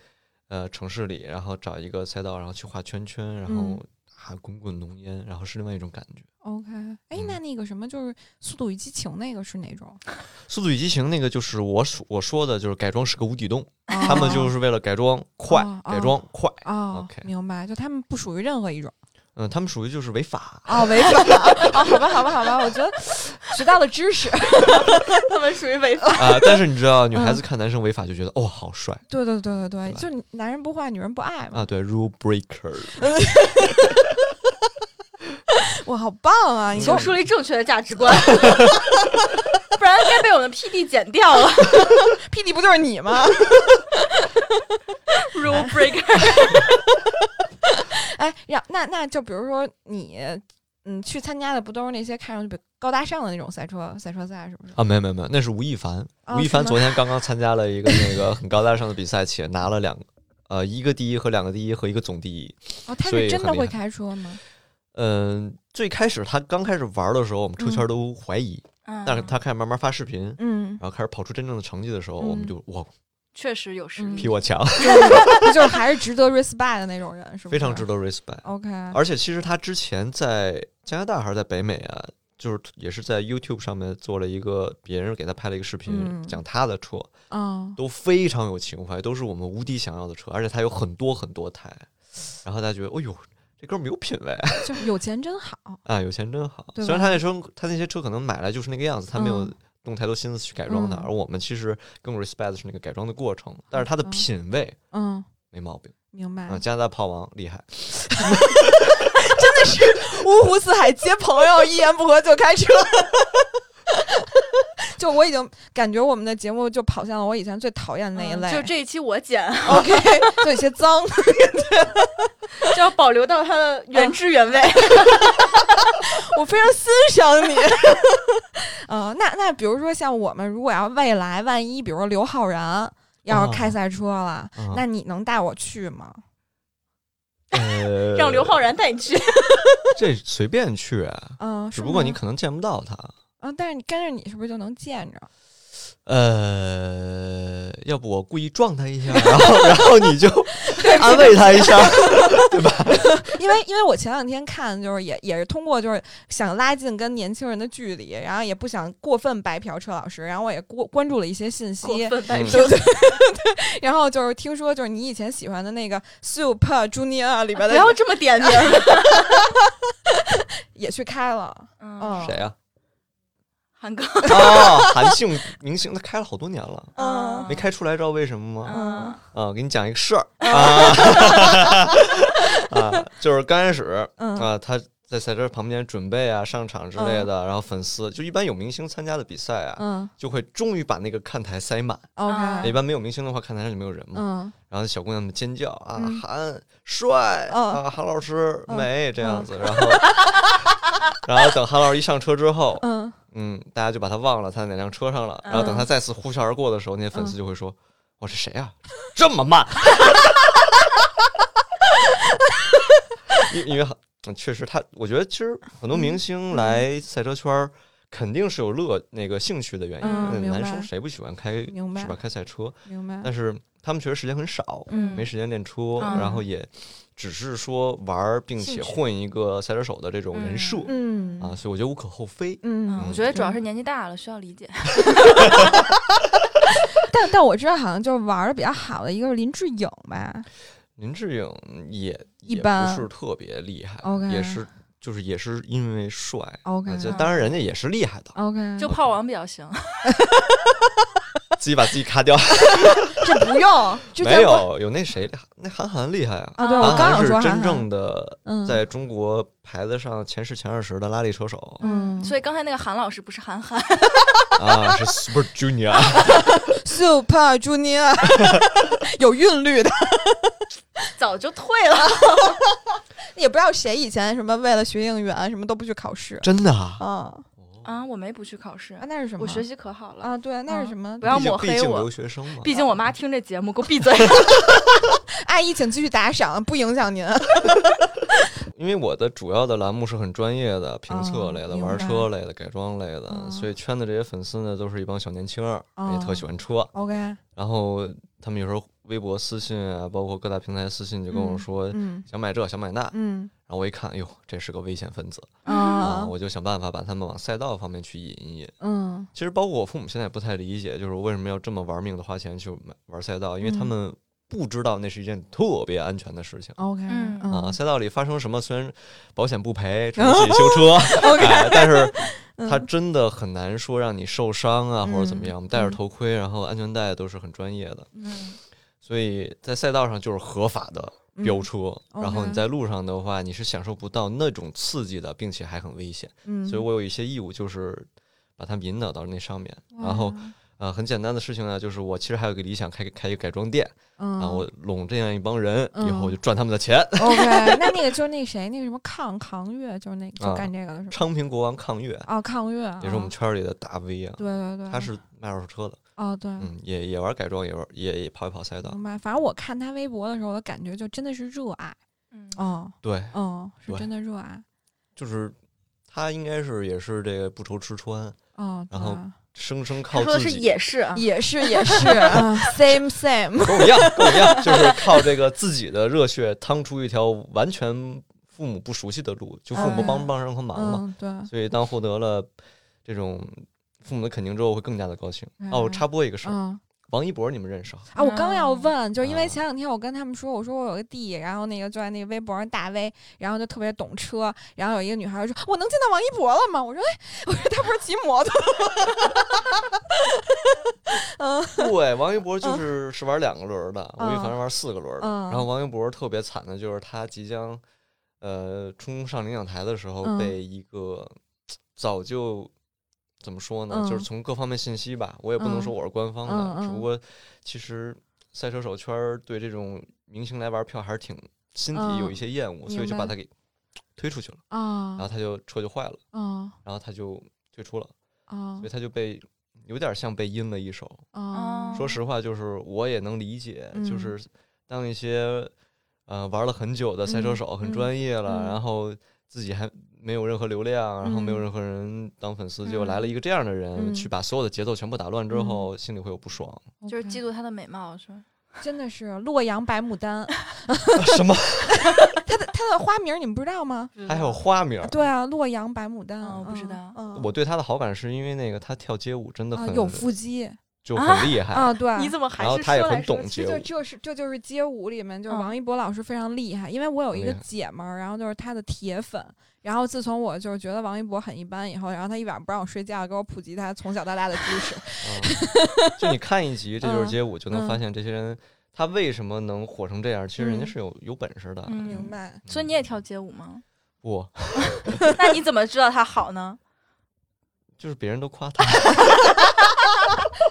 呃城市里，然后找一个赛道，然后去画圈圈，然后嗯啊滚滚浓烟，然后是另外一种感觉。 OK，哎，嗯那那个什么，就是《速度与激情》那个是 哪种？《哦速度与激情》那个就是我说我说的，就是改装是个无底洞，他他们就是为了改装快，哦改装快。哦 OK 明白，就他们不属于任 何一种嗯，他们属于就是违 法。哦，违法哦，好吧，好吧，好吧，我觉得学到了 知识，他们属于违法。啊、但是你知道，女嗯孩子看男生违法就觉得、哦好帅啊对对对对对，对吧就男人不坏，女人不爱嘛，啊，对，rule breaker， 哇，好棒啊！嗯你给就我我是树立正确的价值 观，不然该被我们 PD 剪掉 了。 PD 不就是你吗？ Rule breaker，哎，让那那就比如说你，嗯，去参加的不都是那些看上去比高大上的那种赛车赛车赛，是不是？啊，没有没有没有，那是吴亦凡。哦吴亦是凡吗昨天刚刚参加了一个那个很高大上的比赛，且拿了两个，呃，一个第一和两个第一和一个总第一。哦，他所是以真很的厉会害开车吗？嗯、最开始他刚开始玩的时候，我们车圈嗯都怀疑， 嗯，但是他开始慢慢发视频，嗯，然后开始跑出真正的成绩的时候，我们就哇，确实有实嗯力比。我强，他就是 还是值得 respect 的那种人，是不是？ 非常值得。得 respect。 OK，而且其实他之前在加拿大还是在北美啊，就是也是在 YouTube 上面做了一个别人给他拍了一个视频，嗯讲他的车嗯，都非常有情怀，都是我们无敌想要的车，而且他有很多很多台，然后大家觉得，哎呦，这哥们儿有品位就是有钱真好。啊，有钱真好。对吧虽然他那车他那些车可能买来就是那个样子，他没有嗯动太多心思去改装它，嗯而我们其实更 respect 的是那个改装的过程，但是他的嗯哎品味嗯，没毛病明白啊，。加拿大炮王 厉害。五湖四海皆朋友，一言不合就开车。 就我已经感觉我们的节目就跑向了我以前最讨厌的嗯那一类，就这一期我 剪， OK，就有些脏。就要保留到它的原汁原嗯味。 我非常欣赏你。呃，那那比如说像我们，如果要未来万一，比如说刘昊然要啊是开赛车了，啊那你能带我去吗？呃让刘昊然带你去，这随便去，啊嗯、是只不过吗你可能见不到他。啊、但是你跟着你是不是就能见 着？呃，要不我故意撞他一下，然后然后你 就安慰他一下。因为因为我前两天看，就是也也是通过就是想拉近跟年轻人的距离，然后也不想过分白嫖车老师，然后我也过关注了一些信息，过分白嗯嫖。对对对，然后就是听说就是你以前喜欢的那个 Super Junior 里边不的要这么点 名，也去开了，嗯，嗯，谁啊呀、韩哥，哦，韩姓明星，他开了好多年了，嗯没开出来，知道为什哦么吗？嗯啊，给你讲一个事儿啊 啊，就是刚开始嗯啊，他在赛车旁边准备啊、上场之类的，然后粉丝就一般有明星参加的比赛啊，嗯就会终于把那个看台塞满。 ，OK，一般没有明星的话，看台上就没有人嘛。嗯然后小姑娘们尖叫啊，嗯韩帅、嗯啊，韩老师嗯美这样嗯子，然后 然后等韩老师一上车之后，嗯，嗯，大家就把他忘了他在哪辆车上了，然后等他再次呼啸而过的时候，那些嗯粉丝就会说：“我是谁啊？这么慢！” 因因为好嗯确实他，我觉得其实很多明星来赛车圈儿肯定是有乐那个兴趣的原因，嗯那明白男生谁不喜欢开明白是吧？开赛车，明白，但是他们确实时间很少，嗯没时间练车，嗯然后也只是说玩儿，并且混一个赛车手的这种人设、嗯啊，所以我觉得无可厚非。嗯嗯，我觉得主要是年纪大了，需要理解。但但我知道，好像就是玩的比较好的一个是林志颖吧，林志颖也一般也不是特别厉害 OK 也是就是也是因为帅 OK，啊这当然人家也是厉害的 OK，就炮王比较行，自己把自己卡 掉，这不 用，之没前不有有那谁那韩寒厉害啊，啊，对啊我韩刚寒想是说真韩寒正的嗯在中国排得上前十前二十的拉力车手嗯 所以刚才那个韩老师不是韩寒，啊，是 Super Junior。 Super Junior 啊有韵律的，早就退了。 也不知道谁以前什么为了学应援什么都不去考试真的 啊，啊啊，我没不去考试啊，，那是什么？我学习可好了。哦啊，对，那是什么不？要毕竟抹黑毕竟我留学生嘛，毕竟我妈听这节目，给我闭嘴。 阿姨，请继续打赏，不影响 您。因为我的主要的栏目是很专业的，评测类的、哦明白玩车类的、改装类的，哦所以圈的这些粉丝呢，都是一帮小年轻儿，哦也特喜欢车。 OK，然后他们有时候微博私信啊，包括各大平台私信，就跟我说。嗯想买这，想买那，然嗯后我一看，哎呦，这是个危险分子啊！啊我就想办法把他们往赛道方面去引一引。嗯其实包括我父母现在也不太理解，就是我为什么要这么玩命的花钱去买玩赛道，因为他嗯们不知道那是一件特别安全的事情。 OK，嗯啊，赛道里发生什么，虽然保险不赔，只能自己修车，哦哎但是嗯它真的很难说让你受伤啊，或者怎么样。我们嗯戴着头盔，然后安全带都是很专业的，嗯，所以在赛道上就是合法的飙车，嗯然后你 OK 在路上的话，你是享受不到那种刺激的，并且还很危险。嗯，所以我有一些义务就是把他们引导到那上面。然后呃，很简单的事情呢，就是我其实还有一个理想，开个开一个改装店，嗯，然后我拢这样一帮人，以嗯后我就赚他们的钱。 OK，那 那个就是那谁，那个什么抗抗月，就是那个就啊干这个的是吧？昌平国王抗越哦，抗月也是我们圈儿里的大 V 啊，对对对，他是卖二手车的，哦对，嗯，也也玩改装，也玩也也跑一跑赛道。明白。反正我看他微博的时候，我感觉就真的是热爱，嗯哦对，哦，是对真的热爱，就是他应该是也是这个不愁吃穿，哦，然后 对生生靠他说的自是己，也是啊，也是也是嗯，same same， 跟我一样，跟我一样，就是靠这个自己的热血趟出一条完全父母不熟悉的路，就父母嗯帮不帮上和忙嘛。嗯，对，所以当获得了这种父母的肯定之后，会更加的高兴。哦，我嗯插播一个事儿，嗯。王一博你们认识啊？啊，我刚啊要问，就是因为啊前两天我跟他们说，我说我有个弟，然后那个就在那个微博上大 V，然后就特别懂车，然后有一个女孩说，我能见到王一博了吗？我说，哎，我说他不是骑摩托 对，王一博就是是玩两个轮儿的，吴亦凡嗯是玩四个轮儿的。嗯然后王一博特别惨的就是他即将呃冲上领奖台的时候嗯，被一个早就怎么说呢，就嗯是从各方面信息吧，我也不能嗯说我是官方的，嗯嗯只不过其实赛车手圈儿对这种明星来玩票还是挺心底有嗯一些厌恶，所以明就把白他给推出去了。然后啊他就车就坏了，啊然后他就退出了，啊所以他就被有点像被阴了一手。啊！说实话，就是我也能理解，嗯就是当一些呃玩了很久的赛车嗯手，嗯很专业了，嗯然后自己还没有任何流量，然后没有嗯任何人当粉丝，结果嗯来了一个这样的人，嗯去把所有的节奏全部打乱之后，心里会有不爽。 就是 OK 嫉妒她的美貌是吧？真的是洛阳白牡丹，什 么？它的它的花名你们不知道吗？嗯哎还有花名儿？对啊，洛阳白牡丹，哦我不知道嗯，我对他的好感是因为那个他跳街舞真的啊很有腹肌就很厉害，啊，对，你怎么还然后是他也说来很说懂去街这就舞。这是这就是街舞里面，就是嗯王一博老师非常厉害，因为我有一个厉害姐们儿，然后就是她的铁粉。然后自从我就是觉得王一博很一般以后，然后她一晚上不让我睡觉，给我普及她从小到大的知识。嗯就你看一 集《这就是嗯街舞》，就能发嗯现这些人他为什么能火成这样，其实人家嗯是有有本事的。嗯 明白？所以你也跳街舞 吗？不，那你怎么知道他好呢？就是别人都夸 他，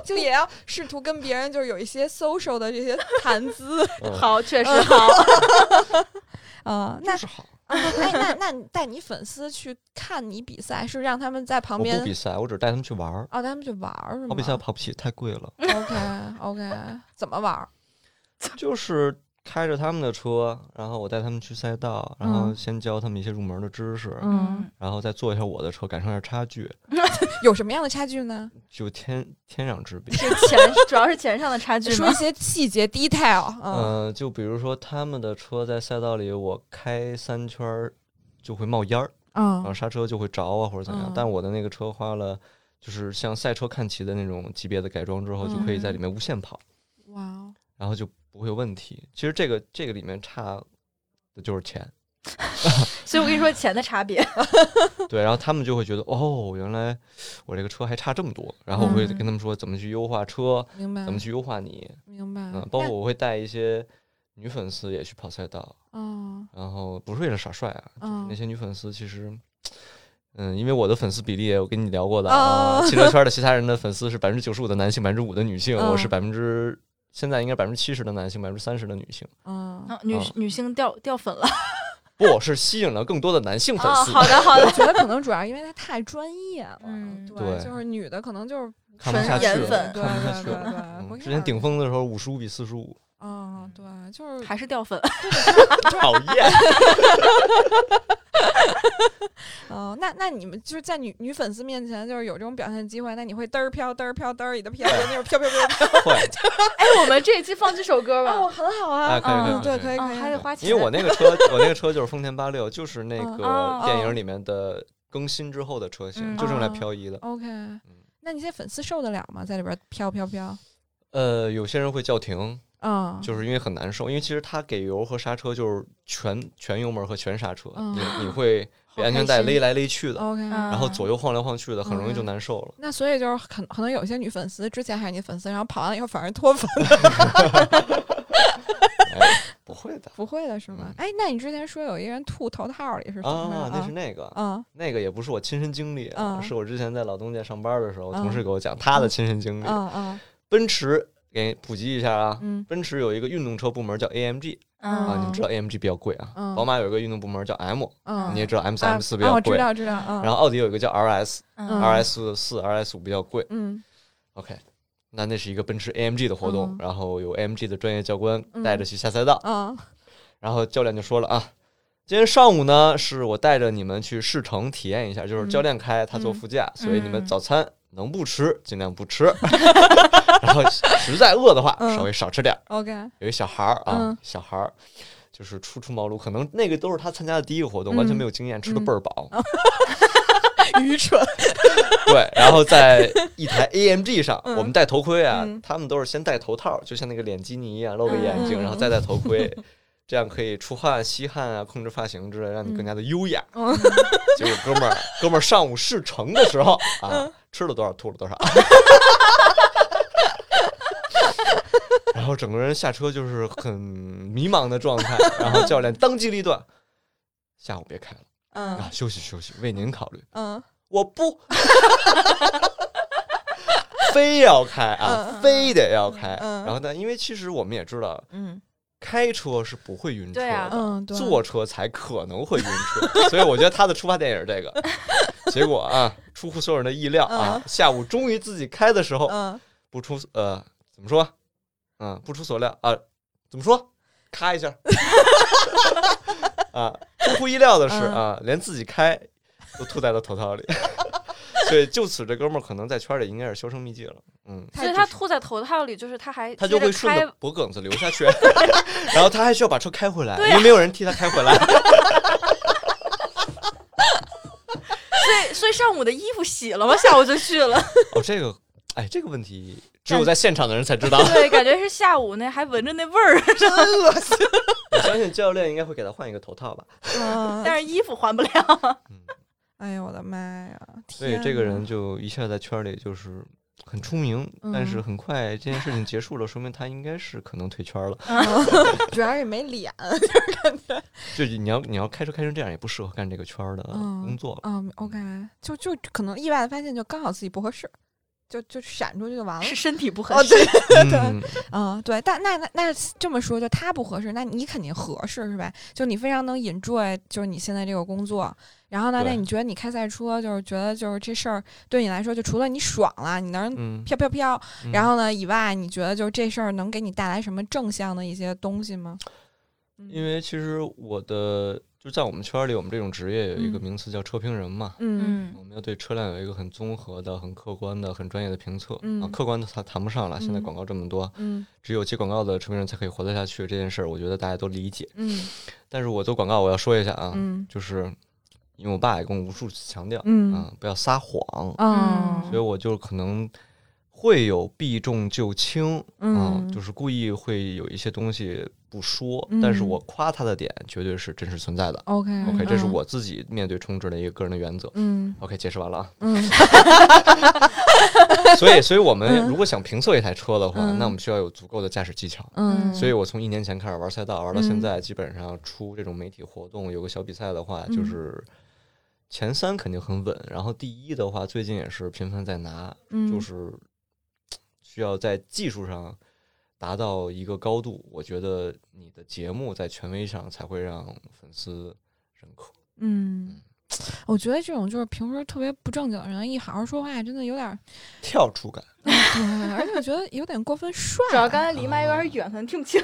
就也要试图跟别人就是有一些 social 的这些谈 资嗯好，确实好。啊、那就是好。 哎，那那你带你粉丝去看你比赛，是让他们在旁我边不比赛，我只是带他们去玩儿。哦，带他们去玩儿是吗？跑比赛跑不起，太贵 了。 OK OK，怎么玩儿？就是开着他们的车，然后我带他们去赛道，然后嗯先教他们一些入门的知识，嗯，然后再坐一下我的车，感受一下差距，有什么样的差距呢？就天天壤之别。是钱，主要是钱上的差距说吗一？些细节 detail，嗯，呃，就比如说他们的车在赛道里，我开三圈儿就会冒烟儿，然后嗯刹车就会着啊或者怎样。嗯但我的那个车花了，就是像赛车看齐的那种级别的改装之后，就可以嗯在里面无限跑，哇哦，然后就不会有问题。其实这个这个里面差的就是钱， 所以我跟你说钱的差 别。对。然后他们就会觉得哦，原来我这个车还差这么多。然后我会跟他们说怎么去优化车，明白怎，么去优化你。明白嗯，，包括我会带一些女粉丝也去跑赛道，嗯然后不是为了耍帅啊，那嗯些女粉丝其实，嗯，因为我的粉丝比例，我跟你聊过的啊啊，汽车圈的其他人的粉丝是百分之九十五的男性，百分之五的女性，嗯我是百分之现在应该百分之七十的男性，百分之三十的女性，嗯，啊，女哦女性掉掉粉了，不，我是吸引了更多的男性 粉哦， 丝，好的好我的，觉得可能主要因为他太专业了，嗯对，对就是女的可能就是看不纯下去颜了，粉对看不下 对去对了。对，嗯啊不之前看顶峰的时候，五十五比四十五，啊，对，就是还是掉粉？讨厌。哦，那那你们就是在女女粉丝面前就是有这种表现机会，那你会嘚儿飘嘚儿飘嘚儿一的飘，那种飘飘飘飘， 会， 哎，我们这一期放这首歌 啊，吧我。很好哎，啊，可以，嗯，可对，以，可以。以，嗯，可以还得花钱，因为我那个车，我那个车就是丰田八六，就是那嗯个哦电影里面的更新之后的车型，嗯就是用来哦漂移的。 OK。那嗯你这粉丝受得了吗？在里边飘飘飘，呃，有些人会叫停，嗯，就是因为很难受，因为其实它给油和刹车就是全全油门和全刹车，嗯你你会被好安全开带心勒来勒去的， OK，然后嗯左右晃来晃去的，很容易就嗯难受了。那所以就是可可能有些女粉丝之前还是你粉丝，然后跑完了以后反而脱粉。哎不会的 不会的是吗嗯？哎，那你之前说有一个人吐头套里是怎么啊，着那是那个，啊那个也不是我亲身经历，啊嗯是我之前在老东家上班的时候，嗯同事给我讲他的亲身经历。啊啊奔驰给普及一下啊，嗯奔驰有一个运动车部门叫 AMG 啊，你嗯们知道 AMG 比较贵啊。嗯宝马有一个运动部门叫 M，嗯，你也知道 M 三啊 M 四比啊较我知贵，道知道啊，然后奥迪有一个叫 RS，RS 嗯嗯，四、RS 五比较贵。嗯 OK，那那是一个奔驰 AMG 的活动嗯，然后有 AMG 的专业教官嗯带着去下赛道，啊然后教练就说了啊。今天上午呢，是我带着你们去试乘体验一下，嗯就是教练开，他坐副驾，所以你们嗯早餐能不吃尽量不吃， 然后实在饿的话嗯稍微少吃点儿。 OK 有一小孩儿啊，嗯小孩儿就是初出茅庐，可能那个都是他参加的第一个嗯活动，完全没有经验，吃的倍儿饱。愚蠢 对，然后在一 台 AMG 上，嗯我们戴头盔啊，嗯他们都是先戴头套，就像那个脸基尼一啊样，露个眼睛，嗯然后再戴头 盔，这样可以出汗、吸汗啊，控制发型之类，让你更加的优雅。 嗯结果哥们儿，哥们儿上午试乘的时 候嗯啊，吃了多少吐了多少。 然后整个人下车就是很迷茫的状态，然后教练当机立断，下午别开了嗯啊，休息休息，为您考虑。嗯我不， 非要开啊，非得要开。嗯然后呢，因为其实我们也知道，嗯开车是不会晕车对啊的，嗯，对坐车才可能会晕车。 所以我觉得他的出发点也是这个。结果啊，出乎所有人的意料啊，下午终于自己开的时候，嗯不出呃，怎么说？嗯，不出所料啊，怎么说？咔一下。 啊，出乎意料的是嗯啊，连自己开都吐在了头套里， 所以就此这哥们儿可能在圈里应该是销声匿迹了。嗯，所以他吐在头套里，就是他还他就接会着顺开着脖梗子流下去， 然后他还需要把车开回来，对啊因为没有人替他开回来。所哎以所以上午的衣服洗了吗？ 下午就去了。 哦，这个，哎，这个问题只有在现场的人才知道。对，感觉是下午那还闻着那味 儿，真恶心，我相信教练应该会给他换一个头套吧。 嗯但是衣服还不了。嗯，哎呦我的妈呀！所以天这个哪人就一下在圈里就是很出名，但是嗯很快这件事情结束了，说明他应该是可能退圈了。 主要是没脸，就你要你要开车开成这样，也不适合干这个圈儿的嗯工作了。嗯，OK，就就可能意外的发现，就刚好自己不合适，就就闪出去啊就完了是。身体不合哦，适，对， 对嗯，嗯，对，但那那那这么说，就他不合适，那你肯定合适是吧？就你非常能 enjoy，就是你现在这个工作，然后呢，那对你觉得你开赛车，就是觉得就是这事儿对你来说，就除了你爽了，你能 嗯，飘飘飘，嗯然后呢以外，你觉得就是这事儿能给你带来什么正向的一些东西吗？因为其实我的就在我们圈儿里，我们这种职业有一个嗯名词叫车评人嘛。嗯嗯我们要对车辆有一个很综合的、很客观的、很专业的评测、啊，嗯客观的谈谈不上了。现在嗯广告这么多，嗯只有接广告的车评人才可以活得下去。这件事儿，我觉得大家都理解。嗯但是我做广告，我要说一下啊，嗯就是因为我爸也跟我无数次强调，嗯嗯，不要撒谎，嗯啊所以我就可能会有避重就轻，嗯啊就是故意会有一些东西不说，嗯但是我夸他的点绝对是真实存在的。 ，OK OK，这是我自己面对充值的一个个人的原则。嗯 OK，解释完了啊。 嗯所以，所以我们如果想评测一台车的话，嗯那我们需要有足够的驾驶技巧。嗯，所以我从一年前开始玩赛道，玩到现嗯在，基本上出这种媒体活动有个小比赛的话，就嗯是前三肯定很稳，然后第一的话，最近也是频繁在拿，嗯就是需要在技术上达到一个高度，我觉得你的节目在权威上才会让粉丝认可。嗯，我觉得这种就是平时特别不正经的人，一好好说话，真的有 点儿，跳出感，对而且我觉得有点过分帅，主要刚才离麦有点远，可能听不清。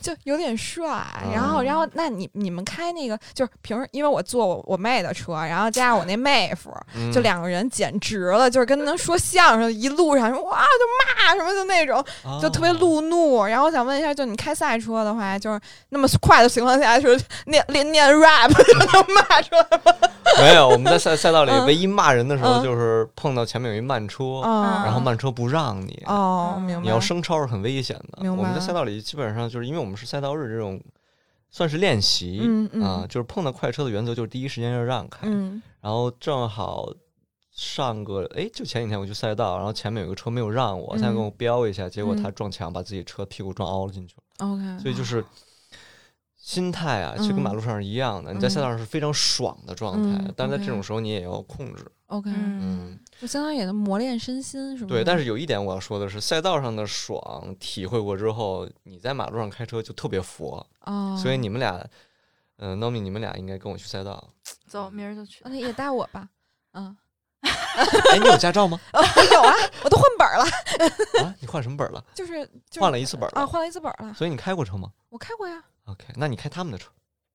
就有点帅。啊然后，然后，那你你们开那个就是平时，因为我坐我我妹的车，然后加上我那妹夫，嗯就两个人简直了，就是跟能说相声，一路上哇就骂什么就那种，就特别哦路怒。然后我想问一下，就你开赛车的话，就是那么快的情况下，就是 念连念 rap 就能骂出来没有，我们在赛赛道里嗯唯一骂人的时候，嗯就是碰到前面有一慢车，啊？哦然后慢车不让你，哦，明白。你要升超是很危险的。明我白们在赛道里基本上就是因为我们是赛道日这种，算是练习、啊嗯嗯啊，就是碰到快车的原则就是第一时间要让开，嗯然后正好上个哎，就前几天我去赛道，然后前面有个车没有让我，他嗯跟我飙一下，结果嗯他撞墙，把自己车屁股撞凹了进去了。 OK，所以就是心态啊，其实跟马嗯路上是一样的。你在赛道上是非常爽的状态，嗯但是在这种 OK 时候你也要控制。 OK，嗯，就相当于也能磨练身心，是吧？对，但是有一点我要说的是，赛道上的爽体会过之后，你在马路上开车就特别佛。哦，所以你们俩，嗯、n o m i 你们俩应该跟我去赛道。 走，明儿就去。啊也带我吧， 嗯，哎，你有驾照吗？我有啊，我都换本儿了，啊，你换什么本儿了？就是就是换了一次本儿啊，了。换了一次本儿了，所以你开过车吗我开过呀， ？OK，那你开他们的车，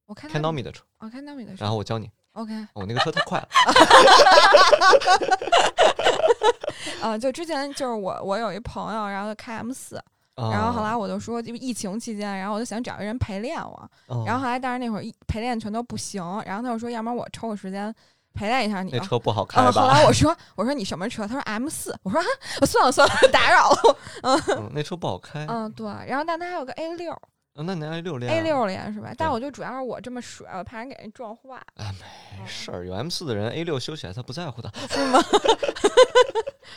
我开开 Nomi 的车，我开 Nomi 的车然后我教你。哦，OK，我那个车太快了。啊，就之前就是我我有一朋友，然后就开 M 四，啊 然后后来我就说，就疫情期间，然后我就想找一人陪练我，哦然后后来但是那会儿一陪练全都不行，然后他就说，要不然我抽个时间陪练一下你那吧。车不好啊、开后吧？来我说我说你什么车？他说 M 四。我说啊，算了算了，打 扰了。嗯那车不好开。嗯，对。然后但他还有个 A 六那你 A 六练啊，A 六连是吧？但对哎我就主要是我这么甩，我怕人给人撞坏。没事儿，有 M 四的人 A 六修起来他不在乎的。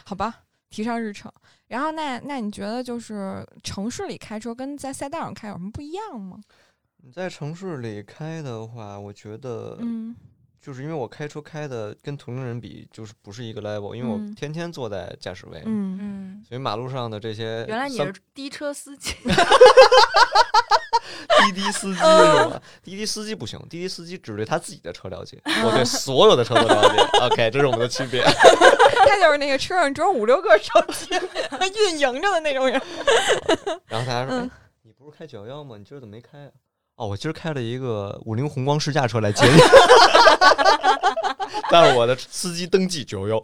好吧，提上日程。然后那那你觉得就是城市里开车跟在赛道上开有什么不一样吗？你在城市里开的话，我觉得嗯就是因为我开车开的跟同龄人比，就是不是一个 level，因为我嗯天天坐在驾驶位，嗯嗯，所以马路上的这些原来你三是的车司 机，滴滴司机是吗？滴滴司机不行，滴滴司机只对他自己的车了解，我对所有的车都了解。OK，这是我们的区 别。他就是那个车上只有五六个手 机运营着的那种人。然后大家说：“嗯哎，你不是开九幺幺吗？你今儿怎么没开啊？”哦，我今儿开了一个五菱宏光试驾车来接你， 但是我的司机登记九幺幺。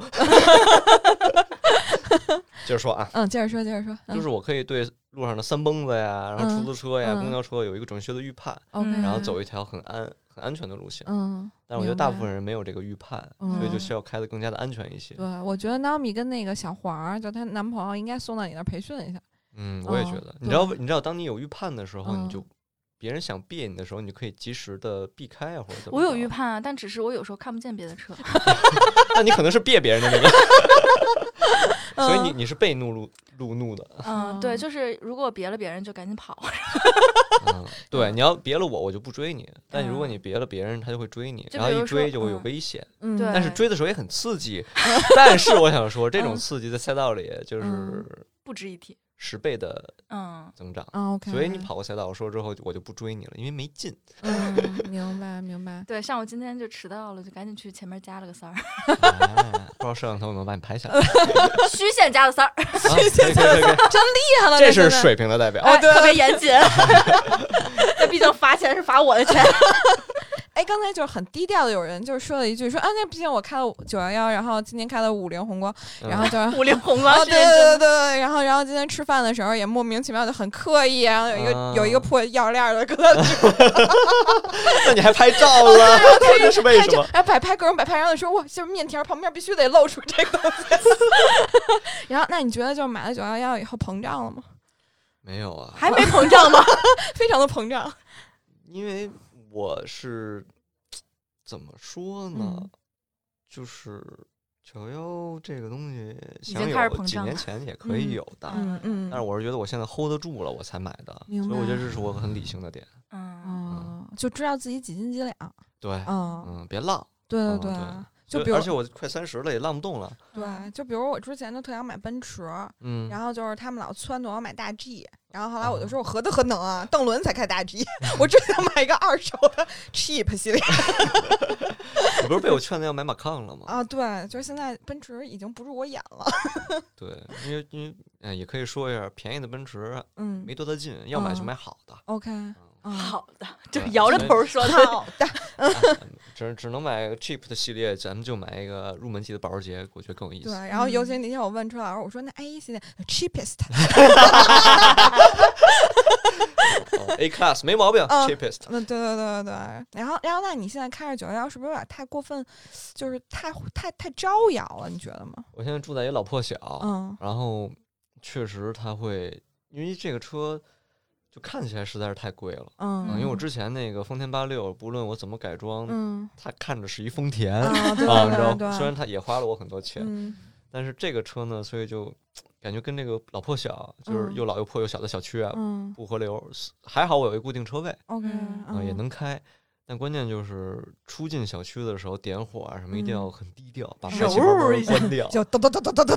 就是说啊，嗯，接着说，接着说。嗯、就是我可以对路上的三蹦子呀，然后出租车呀、嗯嗯公交车有一个准确的预判， OK，然后走一条很安、很安全的路线。嗯，但是我觉得大明白部分人没有这个预判，嗯所以就需要开的更加的安全一些。对，我觉得 Naomi 跟那个小黄儿，就她男朋友，应该送到你那儿培训一下。嗯，我也觉哦得，你知道，你知道，当你有预判的时候，你嗯就别人想别你的时候，你就可以及时的避开啊，或者怎么。我有预，判啊，但只是我有时候看不见别的车。那你可能是别别人的那个，所以嗯你你是被怒路路怒 的。嗯，对，哦就是如果别了别人，就赶紧跑。 嗯，对，你要别了我，我就不追你；但如果你别了别人，他就会追你，就然后比一如说追就会有嗯危险。嗯，对但是追的时候也很刺激，但是我想说，这种嗯刺激在赛道里就是嗯不值一提。十倍的嗯增长。啊，OK。所以你，跑过赛道，我说之后我就不追你了，因为没劲。嗯，明白明白。对，像我今天就迟到了，就赶紧去前面加了个三儿，哎不知道摄像头有没有把你拍下来？啊虚线加了三儿，可以可以可以可以厉害了，这是水平 的代哦表。啊哎特别严谨。那毕竟罚钱是罚我的钱，哎，刚才就是很低调的，有人就是说了一句说啊，那毕竟我开了九幺幺，然后今天开了五菱宏光，嗯然后就是。 五菱宏光哦，是对认对对真对对，然后然后今天吃饭的时候也莫名其妙的很刻意，然后有一个、有一个啊破钥匙链儿的搁那那你还拍照了？ 这是为拍什照 么？，哎，摆拍各种摆拍，然后说哇，就是面条旁边必须得露出这个 东西。然后，那你觉得就是买了九幺幺以后膨胀了吗？ 没有啊，还没膨胀吗？非常的膨胀。因为我是怎么说呢？嗯就是九幺这个东西，经想开始有膨几胀年了前也可以嗯有的，嗯嗯但是我是觉得我现在 hold 得住了，我才买的，所明以我觉得白这是我很理性的点。 嗯，哦，就知道自己几斤几两。对，嗯，哎嗯，别浪。对嗯对对就比如而且我快三十了，也浪不动了。对，就比如我之前就特想买奔驰，嗯，然后就是他们老撺掇我买大 G，然后后来我就说我何德何能啊，邓伦才开大 G，我 只想买一个二手的 cheap 系列你不是被我劝的要买马抗了吗？啊。对，就是现在奔驰已经不入我眼了。对，因为因为嗯，也可以说一下，便宜的奔驰嗯没多大劲，要买就嗯买好的， ，OK，嗯嗯好的，就对摇着头说的。好的，只只能买个 cheap 的系列，咱们就买一个入门级的保时捷，我觉得更有意 对，思。然后尤嗯其那天我问车老师，我说那 A 一系列 cheapest，哦 A class 没毛病嗯，cheapest。嗯，对对对对对。然后，然后，那你现在开着九幺幺，是不是有点太过分，就是太太太招摇了？你觉得吗？我现在住在一老破小，嗯然后确实它会，因为这个车就看起来实在是太贵了。嗯因为我之前那个丰田八六，不论我怎么改装，嗯它看着是一丰田啊，对啊，你知对道对，虽然它也花了我很多钱，嗯但是这个车呢，所以就感觉跟这个老破小，就是嗯又老又破又小的小区啊，嗯不合流。还好我有一固定车位，OK，嗯啊、也能开。但关键就是出进小区的时候点火啊什么，一定要很低调，把排气柔门嗯儿一下关掉。就哒哒哒哒哒哒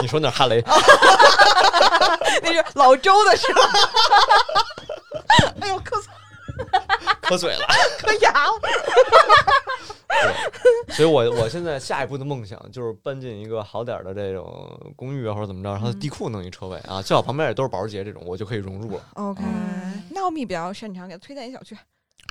你说哪儿哈 雷？那是老周的是吧？ 哎呦，咳嗽喝嘴了。磕牙了，对，所以我我现在下一步的梦想就是搬进一个好点儿的这种公寓啊，或者怎么着，然嗯后地库弄一车位啊，最好旁边也都是保时捷这种，我就可以融入了。 OK，嗯那我们比较擅长给推荐一小区，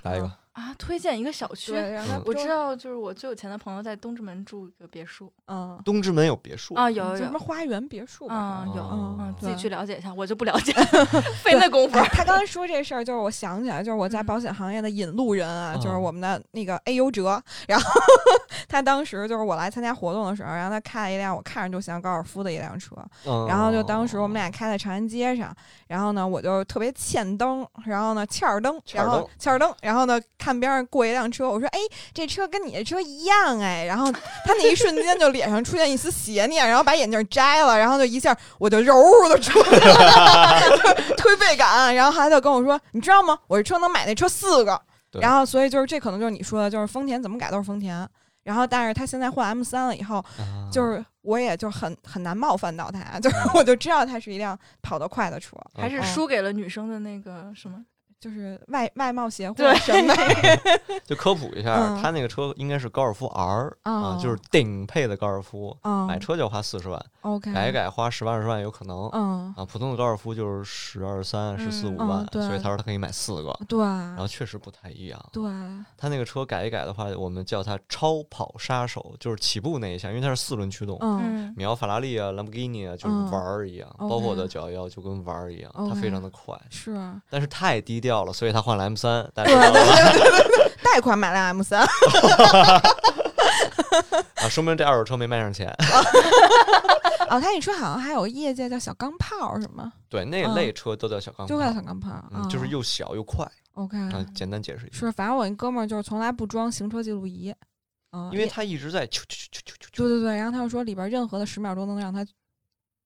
来一嗯个，啊，推荐一个小区。对，让他嗯我知周，道，就是我最有钱的朋友在东直门住一个别墅嗯，东直门有别墅啊，有有就什有，么花园别墅吧。啊有，哦嗯，自己对去了解一下，我就不了 解，费那功夫。他刚才说这事儿，就是我想起来，就是我在保险行业的引路人啊，嗯就是我们的那个 A 优哲。然后 他当时就是我来参加活动的时候，然后他开了一辆我看着就像高尔夫的一辆车，嗯哦然后就当时我们俩开在长安街上，然后呢我就特别欠灯，然后呢欠儿灯，欠儿然灯后欠儿灯，然后呢看边上过一辆车，我说哎这车跟你这车一样哎，然后他那一瞬间就脸上出现一丝邪念，然后把眼镜摘了，然后就一下我就柔柔的出来了， 就是推背感，啊然后他就跟我说你知道吗？我这车能买那车四个，对然后所以就是这可能就是你说的，就是丰田怎么改都是丰田，然后但是他现在换 M 三了以后。啊就是我也就很很难冒犯到他，啊就是我就知道它是一辆跑得快的车，还哦是嗯输给了女生的那个什么？就是外外贸协会对审美就科普一下，嗯他那个车应该是高尔夫 R 啊哦，就是顶配的高尔夫，啊，买车就要花四十万， OK 改一改花十万二十万有可能嗯，啊。普通的高尔夫就是十二三、十四嗯五万嗯，对嗯所以他说他可以买四个，对然后确实不太一样。对，嗯他那个车改一改的话，我们叫它超跑杀手，就是起步那一下，因为它是四轮驱动。嗯嗯，你要法拉利啊、兰博基尼啊，就是嗯玩儿一样， OK 包括我的911就跟玩儿一样，它 OK 非常的快，是但是太低调了，所以他换了 M 三。大家知哦对对道吧对对对，贷款买辆 M 三，啊，说明这二手车没卖上钱。 哦，他那车好像还有业界叫小钢炮是吗？对，那嗯类车都叫小钢就炮，叫小钢嗯炮，嗯，就是啊又小又快 OK 啊。简单解释一下，是，反正我那哥们儿就是从来不装行车记录仪，啊，因为也它一直在啾啾啾啾啾啾，对对对，然后他又说里边任何的十秒钟都能让他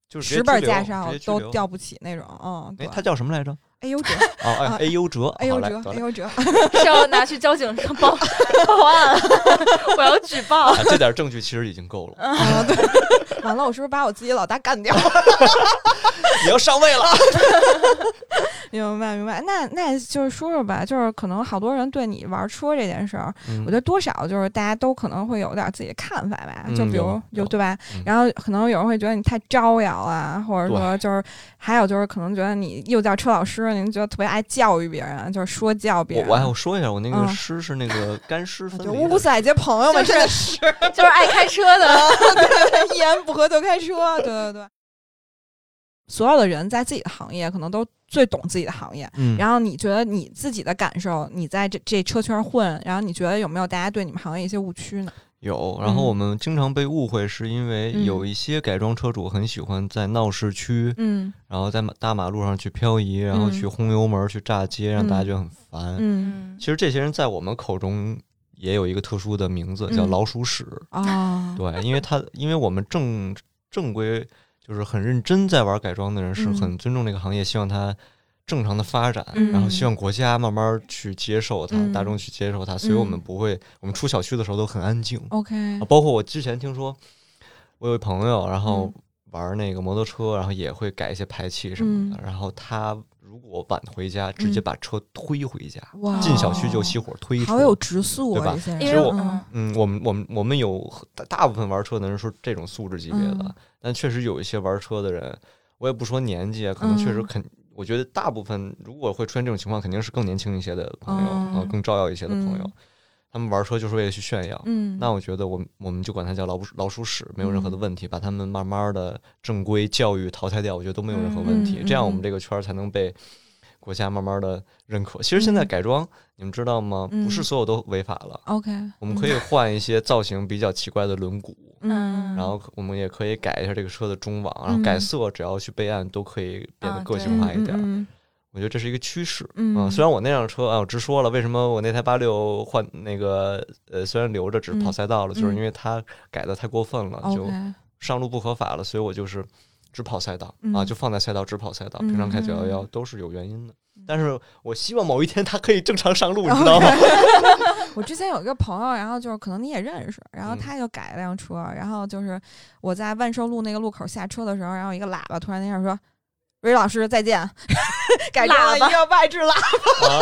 就是直接十本拘留驾照直接拘都留吊不起那种，嗯，哎对，它叫什么来着？哎呦这。哦，哎啊，A 优哲，哎好呦嘞哲，得哎嘞 呦哲，是要拿去交警 报报案，我要举报。啊这点证据其实已经够了，啊，对，完了，我是不是把我自己老大干掉？你要上位了。 明白，明白。那那就是说说吧，就是可能好多人对你玩车这件事儿，嗯我觉得多少就是大家都可能会有点自己的看法吧，就嗯比如有有对吧嗯？然后可能有人会觉得你太招摇啊，或者说就是还有就是可能觉得你幼教车老师，您觉得特别爱教育别人，就是说教别我人。我还要说一下，我那个嗯啊诗是那个干湿分就离无不的，塞街朋友们就真是 的是 就是爱开车的，一言不合就开车，对对对。所有的人在自己的行业可能都最懂自己的行业，嗯，然后你觉得你自己的感受，你在这这车圈混，然后你觉得有没有大家对你们行业一些误区呢？有。然后嗯我们经常被误会，是因为有一些改装车主很喜欢在闹市区，嗯然后在马大马路上去漂移，然后嗯去轰油门、去炸街，让大家觉得很烦。嗯嗯其实这些人在我们口中也有一个特殊的名字，叫嗯老鼠屎。啊，对，因为他因为我们正正规就是很认真在玩改装的人，是很尊重这个行业，希望它正常的发展，嗯然后希望国家慢慢去接受它，嗯大众去接受它，所以我们嗯不会，我们出小区的时候都很安静。 OK，啊包括我之前听说，我有一朋友，然后嗯玩那个摩托车，然后也会改一些排气什么的，然后他如果晚回家，直接嗯把车推回家，哇进小区就熄火推车。好有植树对吧啊，这些人，因实为我嗯嗯嗯，我们我们我们有很大大部分玩车的人是这种素质级别的，嗯但确实有一些玩车的人，我也不说年纪啊，可能确实嗯肯，我觉得大部分如果会出现这种情况，肯定是更年轻一些的朋友，嗯啊，更招摇一些的朋友，嗯他们玩车就是为了去炫耀。嗯，那我觉得我们我们就管他叫老鼠老鼠屎，没有任何的问题，把他们慢慢的正规教育淘汰掉，我觉得都没有任何问题，嗯嗯这样我嗯们这个圈儿才能被国家慢慢的认可。其实现在嗯改装，你们知道吗？不是嗯所有都违法了。 OK，我们可以换一些造型比较奇怪的轮毂，嗯，然后可我们也可以改一下这个车的中网，然后嗯改色，只要去备案都可以变得啊个对性化一点儿。嗯嗯嗯我我觉得这是一个趋势。嗯啊，虽然我那辆车啊，我直说了，为什么我那台八六换那个呃，虽然留着只跑嗯赛道了，就是嗯因为它改的太过分了，就 OK，上路不合法了，所以我就是只跑赛道、嗯啊，就放在赛道只跑赛道，嗯平常开九幺幺都是有原因的。但是我希望某一天它可以正常上路，哦你 OK 知道吗？ 我之前有一个朋友，然后就是可能你也认识，然后嗯他就改了辆车，然后就是我在万寿路那个路口下车的时候，然后一个喇叭突然那样说：“瑞老师再见。” 改成了一喇叭个外置喇，啊，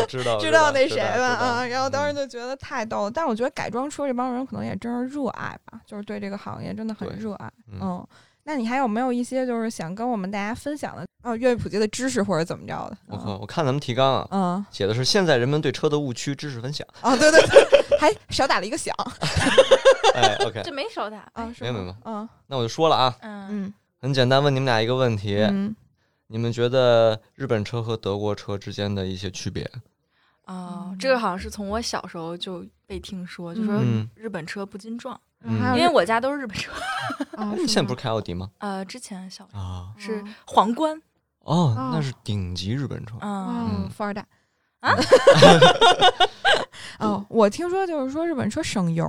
我 知道，知道道那谁知了道啊？然后当时嗯就觉得太逗了，但我觉得改装车这帮人可能也真是热爱吧，就是对这个行业真的很对热爱。嗯嗯，那你还有没有一些就是想跟我们大家分享的啊粤语普及的知识或者怎么着的？我靠，我看咱们提纲啊，嗯写的是现在人们对车的误区知识分享。啊，对对对，还少打了一个响哎，OK， 这没少打。啊，是哎没有吗没有没有嗯那我就说了啊，嗯，嗯很简单，问你们俩一个问题：嗯，你们觉得日本车和德国车之间的一些区别？啊哦，这个好像是从我小时候就被听说，就说嗯日本车不禁撞，嗯还有因为我家都是日本车。啊， 你现在不是开奥迪吗？呃，之前小时候啊，是皇冠，哦，哦那是顶级日本车。嗯，哦嗯，富二代啊。 哦，我听说就是说日本车省油，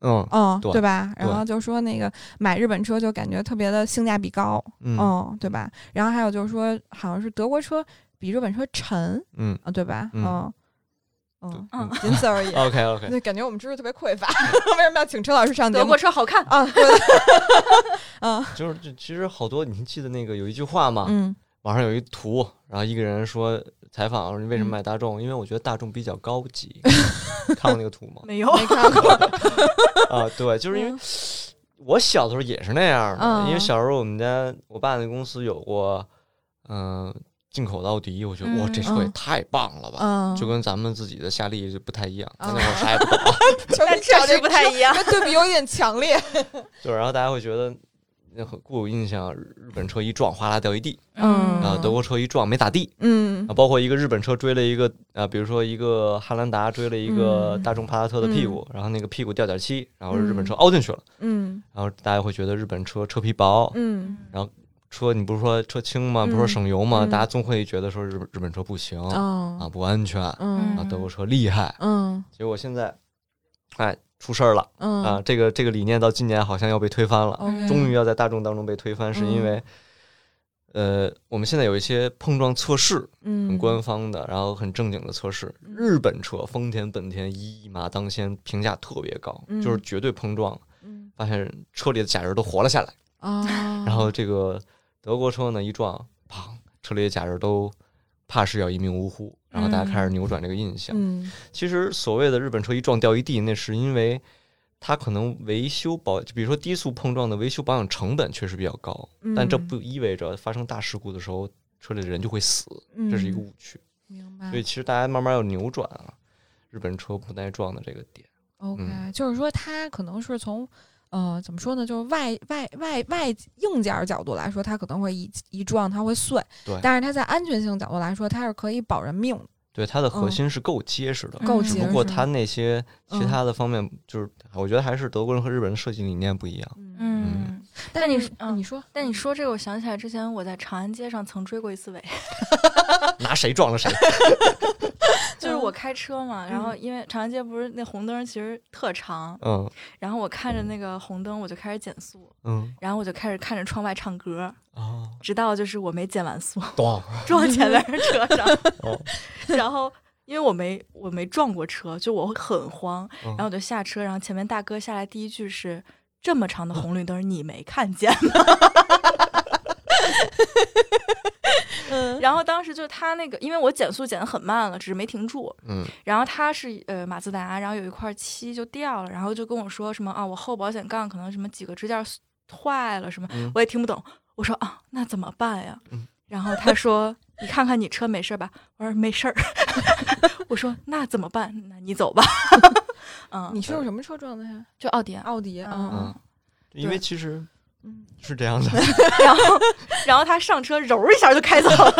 嗯嗯，对对吧？然对后就说那个买日本车就感觉特别的性价比高，嗯嗯，对吧？然后还有就是说，好像是德国车比日本车沉嗯啊，对吧？嗯嗯嗯，嗯仅此而已。 ，OK OK，那感觉我们知识特别匮乏， 为什么要请车老师上节德目国？车好看，啊，对，嗯就是这其实好多，你记得那个有一句话嘛， 嗯网上有一图，然后一个人说采访说你为嗯什么买大众？因为我觉得大众比较高 级。看过那个图吗？ 没有，没看 过， 啊，对，就是因嗯为我小的时候也是那样的，因为嗯小时候我们家我爸那公司有过，嗯、进口的奥迪，我觉得、哇，这车也嗯太棒了吧，嗯，就跟咱们自己的夏利就不太一样，嗯那会儿啥也 不懂，但确实不太一样。这对比有点强烈。对，然后大家会觉得。那很固有印象，日日本车一撞哗啦掉一地 嗯啊、德国车一撞没咋地嗯啊，包括一个日本车追了一个啊，比如说一个汉兰达追了一个嗯大众帕萨特的屁股，然后那个屁股掉点漆，然后日本车凹进去了，嗯然后大家会觉得日本车车皮薄，嗯车，你不是说车轻吗？不是说嗯省油吗？嗯大家总会觉得说日本日本车不行、啊，哦不安全、啊，嗯德国车厉害。嗯结果现在，哎，出事儿了嗯啊！这个这个理念到今年好像要被推翻了， ，OK，终于要在大众当中被推翻，是因嗯为，呃，我们现在有一些碰撞测试，很嗯官方的，然后很正经的测试。日本车，丰田、本田一马当先，评价特别高，就是嗯绝对碰撞，嗯发现车里的假人都活了下来。啊，然后这个德国车呢一撞，砰，车里的假人都怕是要一命呜呼，然后大家开始扭转这个印象。嗯其实所谓的日本车一撞掉一地，那是因为它可能维修保，就比如说低速碰撞的维修保养成本确实比较高，嗯，但这不意味着发生大事故的时候车里的人就会死，嗯这是一个误区。明白所以其实大家慢慢要扭转啊，日本车不耐撞的这个点。 ，OK，嗯就是说它可能是从。呃，怎么说呢？就是外外外外硬件儿角度来说，它可能会一一撞，它会碎。对但是它在安全性角度来说，它是可以保人命的。对对它的核嗯心是够结实的，够只嗯只结不过实它那些其嗯他的方面，就是我觉得还是德国人和日本人设计理念不一 样。嗯。但但你是嗯你说，但你说这个，我想起来之前我在长安街上曾追过一 次尾，拿谁撞了谁。就是我开车嘛，然后因为长安街不是那红灯其实特长，嗯然后我看着那个红灯我就开始减速，嗯然后我就开始看着窗外唱歌，哦，直到就是我没减完速懂撞前面人车上，哦， 然后因为我没我没撞过车，就我会很慌，然后我就下车，然后前面大哥下来第一句是这么长的红绿灯你没看见 吗？嗯然后当时就他那个，因为我减速减得很慢了，只是没停住。嗯然后他是呃马自达，然后有一块漆就掉了，然后就跟我说什么啊，我后保险杠可能什么几个支架坏了什么嗯，我也听不懂。我说啊，那怎么办呀嗯？然后他说你看看你车没事吧？我说没事儿。 我说那怎么办？那你走吧。 嗯，你是用什么车撞的呀？就奥迪啊。奥迪啊嗯， 嗯，因为其实嗯是这样的， 然后然后他上车揉一下就开走了。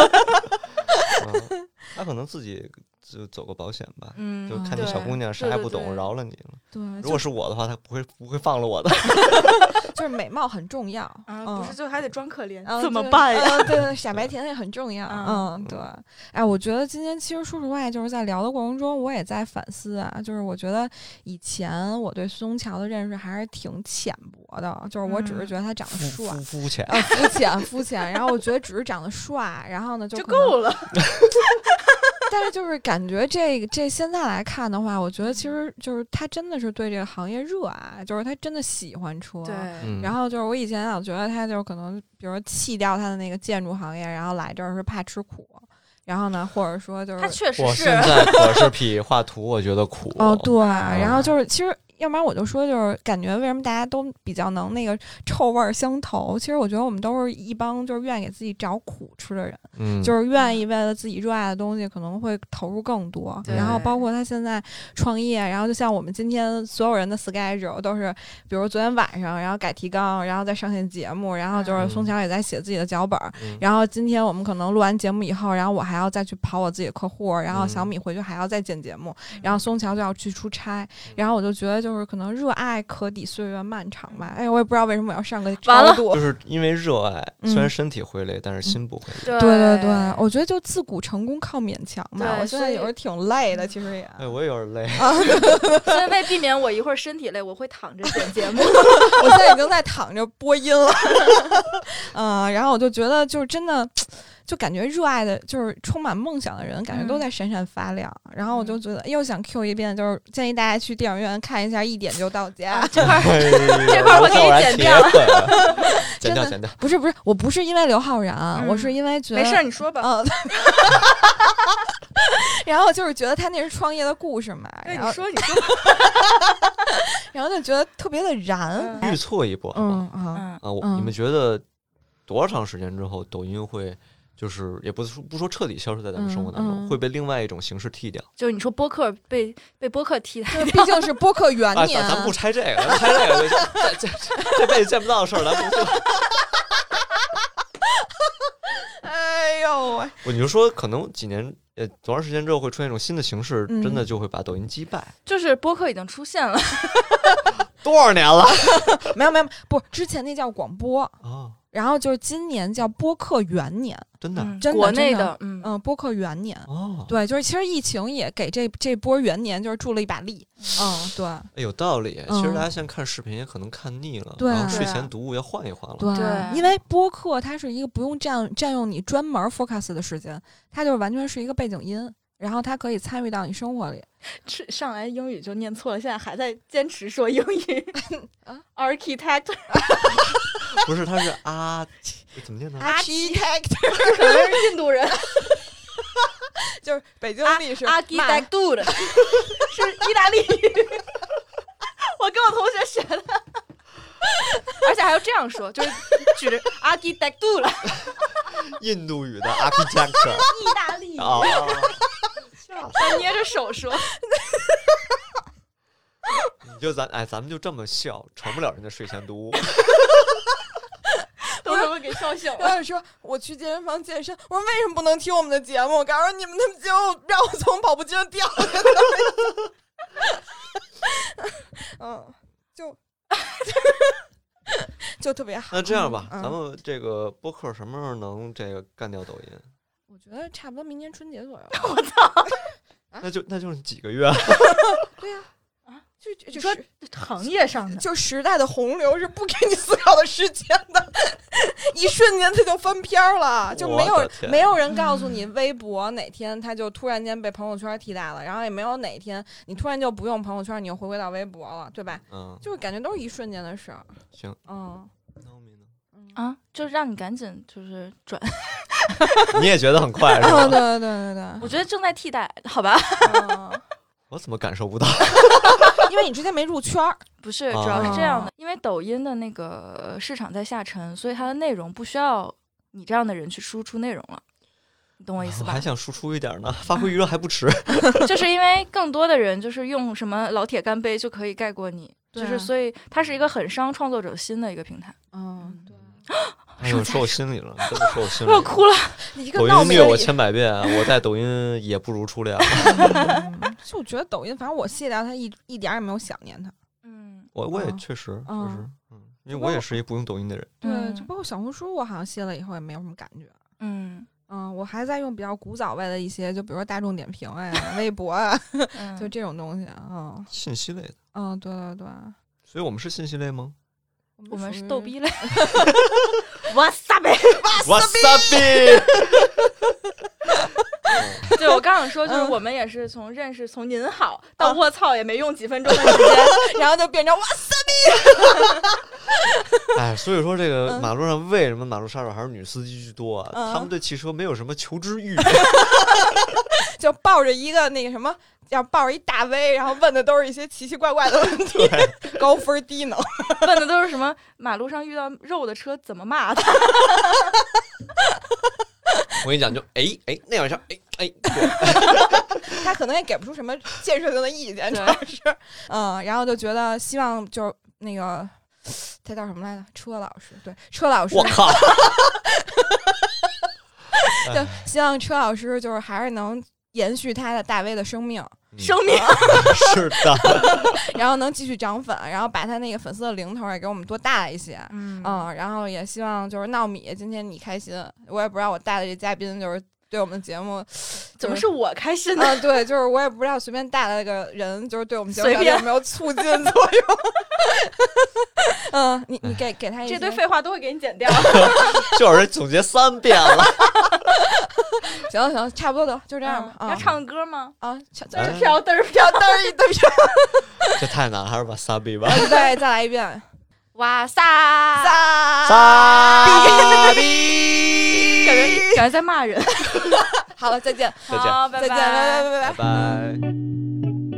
嗯他可能自己就走过保险吧，嗯，就看你小姑娘啥也不懂，对对对饶了你了。对，如果是我的话，他不会不会放了我的。就就是美貌很重要啊，嗯不是，就还得装可怜，嗯怎么对办呀嗯对对，傻白甜也很重要。嗯嗯，对。哎，我觉得今天其实说实话，就是在聊的过程中，我也在反思啊，就是我觉得以前我对苏东桥的认识还是挺浅薄的，就是我只是嗯觉得他长得肤帅。肤肤浅，啊，肤浅肤浅，然后我觉得只是长得帅，然后呢就就可能够了。但是就是感觉这这现在来看的话，我觉得其实就是他真的是对这个行业热爱，就是他真的喜欢车。对，。嗯，然后就是我以前老觉得他就是可能，比如说弃掉他的那个建筑行业，然后来这儿是怕吃苦，然后呢，或者说就他是确实我是现， 在可是比画图我觉得苦。哦对，然后就是其实。要不然我就说，就是感觉为什么大家都比较能那个臭味儿相投？其实我觉得我们都是一帮就是愿意给自己找苦吃的人。嗯，就是愿意为了自己热爱的东西，可能会投入更多。对然后包括他现在创业，然后就像我们今天所有人的 schedule 都是，比如昨天晚上，然后改提纲，然后再上线节目，然后就是嗯松桥也在写自己的脚本。嗯然后今天我们可能录完节目以后，然后我还要再去跑我自己的客户，然后嗯嗯小米回去还要再剪节目，然后松桥就要去出差，然后我就觉得就是可能热爱可抵岁月漫长吧。哎，我也不知道为什么我要上个完了高度就，是因为热爱，嗯虽然身体会累，但是心不会累。对对对对，我觉得就自古成功靠勉强嘛。对我现所在以嗯有时候挺累的，其实也。哎，我也有点累。 所以为避免我一会儿身体累，我会躺着剪节 目。我现在已经在躺着播音了， 嗯，然后我就觉得就是真的，就感觉热爱的，就是充满梦想的人，感觉嗯都在闪闪发亮。然后我就觉得又想 Q 一遍，就是建议大家去电影院看一下《一点就到家》这哎块儿 这块儿我给你剪掉，啊剪掉，真的剪掉。不是不是，我不是因为刘昊然，啊我是因为觉得嗯没事儿，你说吧。嗯。 然后就是觉得他那是创业的故事嘛，对，然你后说你说，然后就觉得特别的嗯燃，预测一波，好不好嗯啊，嗯啊，我嗯你们觉得多长时间之后抖音会？就是也不是说不说彻底消失在咱们生活当中，嗯嗯会被另外一种形式替掉。就是你说播客被被播客替代，毕竟是播客元啊，年，咱咱不拆这个，咱拆这个，这这这辈子见不到的事儿，咱不说。哎呦喂， 我你就说，可能几年呃多长时间之后会出现一种新的形式，嗯真的就会把抖音击败。就是播客已经出现了，多少年了没有没有，不，之前那叫广播，啊？然后就是今年叫播客元年，真的嗯真的国内真的的，嗯，嗯，播客元年。哦，对，就是其实疫情也给这这波元年就是助了一把力，嗯，对哎有道理。其实嗯大家现在看视频也可能看腻了，对然后睡对前读物要换一换了。对因为播客它是一个不用占占用你专门 focus 的时间，它就是完全是一个背景音，然后它可以参与到你生活里。吃上来英语就念错了，现在还在坚持说英 语。Architect 啊 不是，他是啊，怎么念呢？ Architect 可能是印度人 就是北京历史骂，Architecture 是意大利语。 我跟我同学学的， 而且还要这样说，就是举着 Architecture 印度语的 architecture 意大利语，啊。 还捏着手说。你就咱哎，咱们就这么笑，成不了人家睡前 读物。都他妈给笑醒我 了。也说我去健身房健身，我说为什么不能听我们的节目？告诉你们的节目让我从跑步机上掉下来的。嗯，就就特别好。那这样吧，嗯咱们这个播客什么时候能这个干掉抖音？我觉得差不多明年春节左右。嗯那就那就是几个月。对呀、啊就就你就说是行业上的，就时代的洪流是不给你思考的时间的， 一瞬间它就翻篇儿了，就没我的有天没有人告诉你微博哪天它就突然间被朋友圈替代了，然后也没有哪天你突然就不用朋友圈，你又回归到微博了，对吧？嗯，就是感觉都是一瞬间的事儿。行。嗯，那我明白啊，就让你赶紧就是转，你也觉得很快是 哦，吧？对对对对我觉得正在替代，好吧？ 对，嗯我怎么感受不到？因为你之前没入 圈儿，不是，主要是这哦样的，因为抖音的那个市场在下沉，所以它的内容不需要你这样的人去输出内容了，你懂我意思我吧还？想输出一点呢，发挥余热还不迟。 就是因为更多的人就是用什么老铁干杯就可以盖过你，对就啊是所以它是一个很伤创作者心的一个平台。嗯，哎呦，说我心里了，你真的说我心我里 要了。哭了。你一个抖闹音没虐我理，千百遍，我在抖音也不如初恋。 就觉得抖音，反正我卸掉它一一点儿也没有想念它。嗯，我我也嗯确实确嗯实，嗯，因为我也是一不用抖音的人。对，嗯就包括小红书，我好像卸了以后也没有什么感觉。嗯，嗯，我还在用比较古早味的一些，就比如说大众点评呀、 微博啊，嗯就这种东西啊。嗯信息类的，嗯，对对对，所以我们是信息类吗？我们属是于 逗 逼类。哇塞呗！哇塞比，对，我刚想说，就是嗯我们也是从认识从您好啊到卧槽也没用几分钟的时间。然后就变成哇塞，哎，所以说这个嗯马路上为什么马路杀手还是女司机居多啊？嗯他们对汽车没有什么求知 欲，就抱着一个那个什么，要抱着一大 V，然后问的都是一些奇奇怪怪的问题，对， 高分低能。问的都是什么马路上遇到肉的车怎么骂他？我跟你讲，就哎哎那样一下，哎哎，对他可能也给不出什么建设性的意见，主对要是，嗯，然后就觉得希望就是那个他叫什么来着？车老师，对，车老师我， 靠，对，希望车老师就是还是能延续他的大 V 的生命， 生命。是的，然后能继续涨粉，然后把他那个粉丝的零头也给我们多带一些。嗯嗯，然后也希望就是闹米今天你开心，我也不知道我带的这嘉宾就是对我们的节 目怎么是我开心呢？啊，对，就是我也不知道随便带了个人，就是对我们节目随到底便有没有促进作用。 嗯，你你给给他一这些堆废话都会给你剪掉。嗯就是总结三遍 了。行了行了，差不多得了，就这 这样吧。嗯嗯要啊唱歌吗？啊，小嘚儿嗯飘嘚儿飘嘚儿一嘚飘。这太难了，还是把撒比吧。再嗯再来一啊遍，哇 撒！撒比，感觉感觉在骂人。好了，再见，再见好，再拜见，拜拜拜拜。拜拜。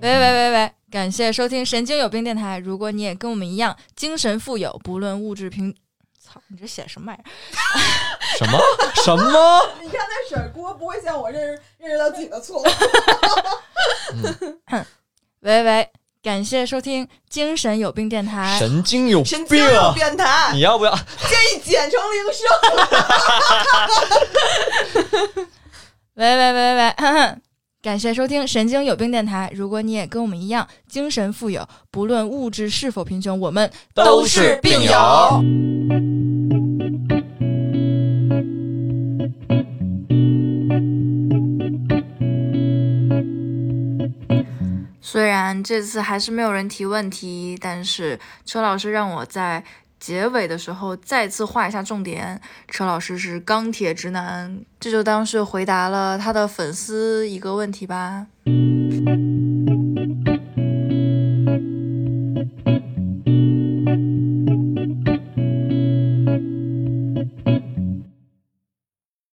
喂喂喂喂，感谢收听《神经有病电台》。如果你也跟我们一样精神富有，不论物质贫，操，你这写什么玩意儿？什么什么？你看那水锅不会像我认识认识到自己的错误。喂喂，感谢收听《精神有病电台》。神经有哎神经病！啊有变态，你要不要？建议剪成铃声。喂喂喂喂， 哼哼，感谢收听《神经有病电台》。如果你也跟我们一样精神富有，不论物质是否贫穷，我们都是病友。虽然这次还是没有人提问题，但是车老师让我在结尾的时候再次画一下重点。车老师是钢铁直男，这就当是回答了他的粉丝一个问题吧。